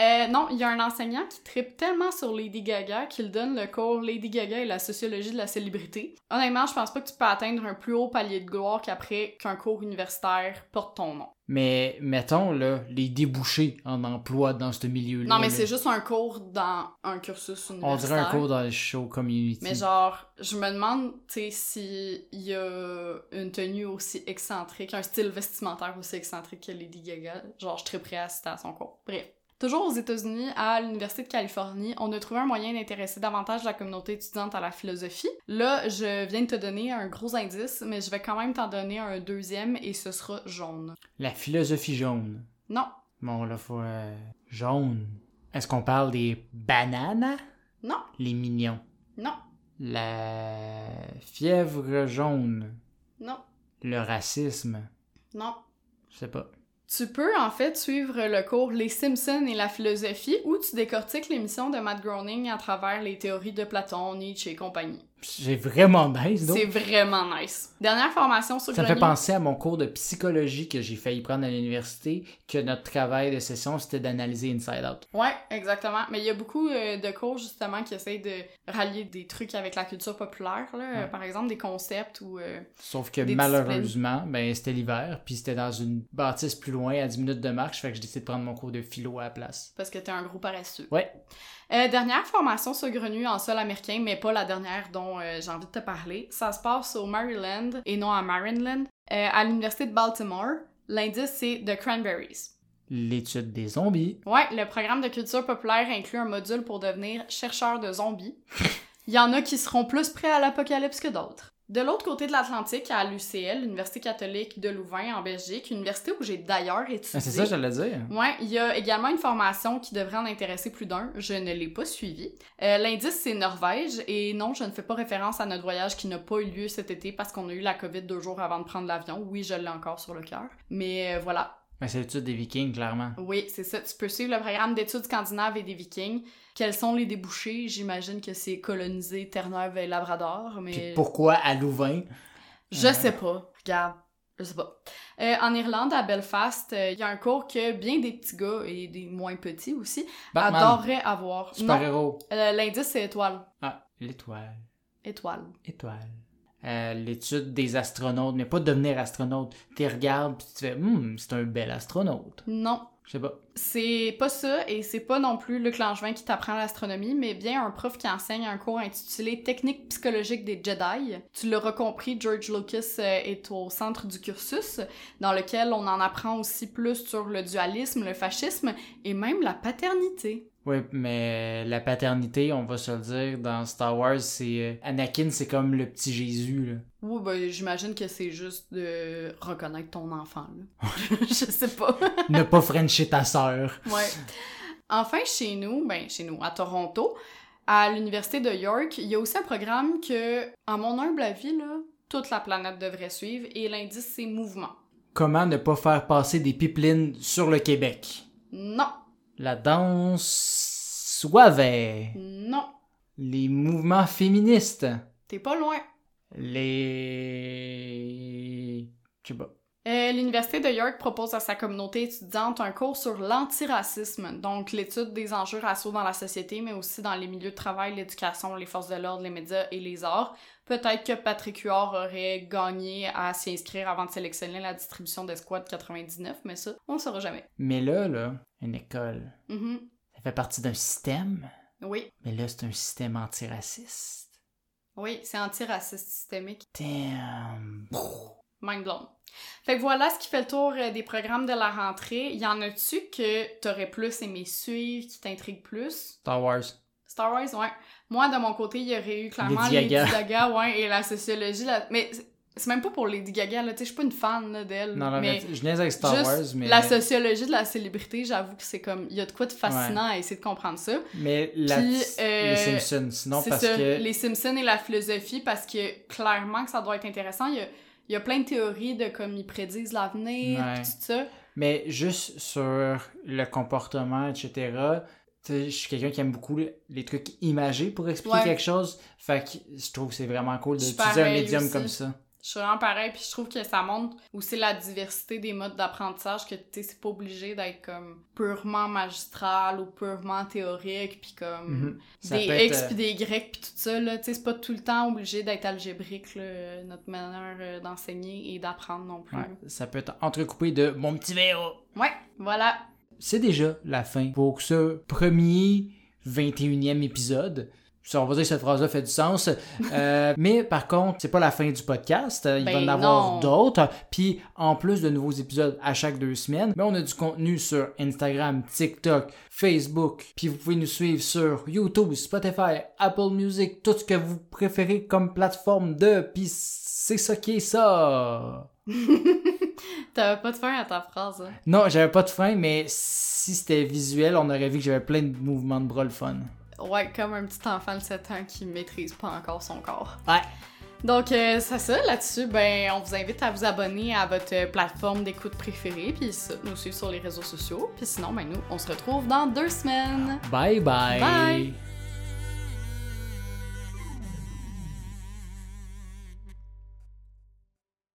[SPEAKER 3] Euh, non, il y a un enseignant qui tripe tellement sur Lady Gaga qu'il donne le cours Lady Gaga et la sociologie de la célébrité. Honnêtement, je pense pas que tu peux atteindre un plus haut palier de gloire qu'après qu'un cours universitaire porte ton nom.
[SPEAKER 2] Mais mettons, là, les débouchés en emploi dans ce milieu-là.
[SPEAKER 3] Non, mais
[SPEAKER 2] là.
[SPEAKER 3] c'est juste un cours dans un cursus universitaire.
[SPEAKER 2] On dirait un cours dans le show community.
[SPEAKER 3] Mais genre, je me demande, tu sais, s'il y a une tenue aussi excentrique, un style vestimentaire aussi excentrique que Lady Gaga. Genre, je serais prêt à assister à son cours. Bref. Toujours aux États-Unis, à l'Université de Californie, on a trouvé un moyen d'intéresser davantage la communauté étudiante à la philosophie. Là, je viens de te donner un gros indice, mais je vais quand même t'en donner un deuxième et ce sera jaune.
[SPEAKER 2] La philosophie jaune.
[SPEAKER 3] Non,
[SPEAKER 2] Bon, là, faut. euh, Jaune. Est-ce qu'on parle des bananes?
[SPEAKER 3] Non.
[SPEAKER 2] Les mignons.
[SPEAKER 3] non,
[SPEAKER 2] La fièvre jaune.
[SPEAKER 3] non,
[SPEAKER 2] Le racisme.
[SPEAKER 3] non.
[SPEAKER 2] Je sais pas.
[SPEAKER 3] Tu peux en fait suivre le cours Les Simpsons et la philosophie où tu décortiques l'émission de Matt Groening à travers les théories de Platon, Nietzsche et compagnie.
[SPEAKER 2] C'est vraiment nice, donc.
[SPEAKER 3] C'est vraiment nice. Dernière formation sur
[SPEAKER 2] Ça me
[SPEAKER 3] Groening.
[SPEAKER 2] fait penser à mon cours de psychologie que j'ai failli prendre à l'université, que notre travail de session, c'était d'analyser Inside Out.
[SPEAKER 3] Ouais, exactement. Mais il y a beaucoup euh, de cours justement qui essayent de rallier des trucs avec la culture populaire, là. Euh,
[SPEAKER 2] Ouais.
[SPEAKER 3] par exemple des concepts ou euh,
[SPEAKER 2] Sauf que
[SPEAKER 3] Des
[SPEAKER 2] malheureusement, ben, c'était l'hiver, puis c'était dans une bâtisse plus loin, à 10 minutes de marche, fait que j'ai décidé de prendre mon cours de philo à la place.
[SPEAKER 3] parce que t'es un gros paresseux.
[SPEAKER 2] Ouais.
[SPEAKER 3] Euh, dernière formation saugrenue en sol américain, mais pas la dernière dont euh, j'ai envie de te parler. Ça se passe au Maryland et non à Maryland, euh, à l'université de Baltimore. L'indice c'est The Cranberries.
[SPEAKER 2] l'étude des zombies.
[SPEAKER 3] Ouais, le programme de culture populaire inclut un module pour devenir chercheur de zombies. Il y en a qui seront plus prêts à l'apocalypse que d'autres. De l'autre côté de l'Atlantique, à l'UCL, l'Université catholique de Louvain en Belgique, une université où j'ai d'ailleurs étudié.
[SPEAKER 2] Ah, C'est ça, j'allais dire.
[SPEAKER 3] Ouais, il y a également une formation qui devrait en intéresser plus d'un. Je ne l'ai pas suivie. Euh, L'indice, c'est Norvège. Et non, je ne fais pas référence à notre voyage qui n'a pas eu lieu cet été parce qu'on a eu la COVID deux jours avant de prendre l'avion. Oui, je l'ai encore sur le cœur. Mais euh, voilà.
[SPEAKER 2] Mais c'est l'étude des Vikings, clairement.
[SPEAKER 3] Oui, c'est ça. Tu peux suivre le programme d'études scandinaves et des vikings. Quels sont les débouchés? J'imagine que c'est coloniser Terre-Neuve et Labrador, mais...
[SPEAKER 2] Puis pourquoi à Louvain?
[SPEAKER 3] Je sais pas. Regarde. Je sais pas. Euh, en Irlande, à Belfast, euh, il y a un cours que bien des petits gars et des moins petits aussi
[SPEAKER 2] Batman,
[SPEAKER 3] adoreraient avoir. Non,
[SPEAKER 2] super-héros.
[SPEAKER 3] euh, l'indice c'est étoile.
[SPEAKER 2] Ah, l'étoile,
[SPEAKER 3] Étoile.
[SPEAKER 2] étoile. Euh, l'étude des astronautes, mais pas devenir astronaute. Tu regardes puis tu fais, hum, c'est un bel astronaute.
[SPEAKER 3] Non.
[SPEAKER 2] Je sais pas.
[SPEAKER 3] C'est pas ça, et c'est pas non plus Luc Langevin qui t'apprend l'astronomie, mais bien un prof qui enseigne un cours intitulé Technique psychologique des Jedi. Tu l'auras compris, George Lucas euh, est au centre du cursus, dans lequel on en apprend aussi plus sur le dualisme, le fascisme et même la paternité.
[SPEAKER 2] Oui, mais la paternité, on va se le dire, dans Star Wars, c'est. euh, Anakin, c'est comme le petit Jésus, là.
[SPEAKER 3] Oui, ben j'imagine que c'est juste de reconnaître ton enfant, là. Je sais pas.
[SPEAKER 2] ne pas frencher ta sœur.
[SPEAKER 3] Ouais. Enfin, chez nous, ben chez nous, à Toronto, à l'université de York, il y a aussi un programme que, à mon humble avis, là, toute la planète devrait suivre et l'indice c'est mouvement.
[SPEAKER 2] Comment ne pas faire passer des pipelines sur le Québec?
[SPEAKER 3] Non,
[SPEAKER 2] La danse suave.
[SPEAKER 3] non,
[SPEAKER 2] Les mouvements féministes.
[SPEAKER 3] t'es pas loin.
[SPEAKER 2] Les. Je sais pas.
[SPEAKER 3] Euh, L'Université de York propose à sa communauté étudiante un cours sur l'antiracisme, donc l'étude des enjeux raciaux dans la société, mais aussi dans les milieux de travail, l'éducation, les forces de l'ordre, les médias et les arts. Peut-être que Patrick Huard aurait gagné à s'y inscrire avant de sélectionner la distribution des squats 99, mais ça, on ne saura jamais.
[SPEAKER 2] Mais là, là, une école,
[SPEAKER 3] Mhm.
[SPEAKER 2] ça fait partie d'un système,
[SPEAKER 3] Oui,
[SPEAKER 2] mais là, c'est un système antiraciste.
[SPEAKER 3] oui, c'est antiraciste systémique.
[SPEAKER 2] Damn.
[SPEAKER 3] Mind blown. Fait que voilà ce qui fait le tour euh, des programmes de la rentrée. Y en a-tu que t'aurais plus aimé suivre, qui t'intrigue plus?
[SPEAKER 2] Star Wars.
[SPEAKER 3] Star Wars, ouais. Moi, de mon côté, il y aurait eu clairement
[SPEAKER 2] Lady
[SPEAKER 3] Lady
[SPEAKER 2] Gaga.
[SPEAKER 3] Gaga, ouais, et la sociologie. la- Mais c'est- c'est même pas pour Lady Gaga, là, tu sais, je suis pas une fan là, d'elle.
[SPEAKER 2] Non, non, mais,
[SPEAKER 3] mais
[SPEAKER 2] je niaise avec Star
[SPEAKER 3] juste
[SPEAKER 2] Wars, mais.
[SPEAKER 3] la sociologie de la célébrité, j'avoue que c'est comme, il y a de quoi de fascinant à essayer de comprendre ça.
[SPEAKER 2] Mais la-
[SPEAKER 3] Puis, euh,
[SPEAKER 2] les Simpsons, sinon
[SPEAKER 3] c'est
[SPEAKER 2] parce
[SPEAKER 3] ça,
[SPEAKER 2] que.
[SPEAKER 3] les Simpsons et la philosophie, parce que clairement que ça doit être intéressant. Il y a, il y a plein de théories de comme ils prédisent l'avenir,
[SPEAKER 2] Ouais.
[SPEAKER 3] puis tout ça.
[SPEAKER 2] Mais juste sur le comportement, etc. tu sais, Je suis quelqu'un qui aime beaucoup le- les trucs imagés pour expliquer
[SPEAKER 3] Ouais.
[SPEAKER 2] quelque chose. Fait que je trouve que c'est vraiment cool
[SPEAKER 3] Je suis
[SPEAKER 2] d'utiliser un
[SPEAKER 3] pareil
[SPEAKER 2] médium
[SPEAKER 3] aussi.
[SPEAKER 2] comme ça.
[SPEAKER 3] Je suis vraiment pareil, puis je trouve que ça montre aussi la diversité des modes d'apprentissage, que tu sais, c'est pas obligé d'être comme purement magistral ou purement théorique, puis comme
[SPEAKER 2] Mhm. Ça
[SPEAKER 3] Mm. des
[SPEAKER 2] peut être,
[SPEAKER 3] X
[SPEAKER 2] euh,
[SPEAKER 3] puis des Y puis tout ça, là, tu sais, c'est pas tout le temps obligé d'être algébrique, là, notre manière euh, d'enseigner et d'apprendre non plus.
[SPEAKER 2] ouais, ça peut être entrecoupé de mon petit verre.
[SPEAKER 3] ouais voilà.
[SPEAKER 2] c'est déjà la fin pour ce premier 21e épisode. Ça, on va dire que cette phrase-là fait du sens. Euh, mais par contre, c'est pas la fin du podcast. Il va
[SPEAKER 3] Ben
[SPEAKER 2] en avoir
[SPEAKER 3] non.
[SPEAKER 2] d'autres. Puis en plus de nouveaux épisodes à chaque deux semaines, mais on a du contenu sur Instagram, TikTok, Facebook. Puis vous pouvez nous suivre sur YouTube, Spotify, Apple Music, tout ce que vous préférez comme plateforme de. Puis c'est ça qui est ça.
[SPEAKER 3] T'avais pas de fin à ta phrase, hein.
[SPEAKER 2] Non, j'avais pas de frein, mais si c'était visuel, on aurait vu que j'avais plein de mouvements de bras le fun.
[SPEAKER 3] Ouais, comme un petit enfant de 7 ans qui maîtrise pas encore son corps.
[SPEAKER 2] Ouais.
[SPEAKER 3] Donc, euh, c'est ça, là-dessus, ben, on vous invite à vous abonner à votre euh, plateforme d'écoute préférée, puis ça, nous suivre sur les réseaux sociaux. Puis sinon, ben, nous, on se retrouve dans deux semaines.
[SPEAKER 2] Bye bye.
[SPEAKER 3] Bye.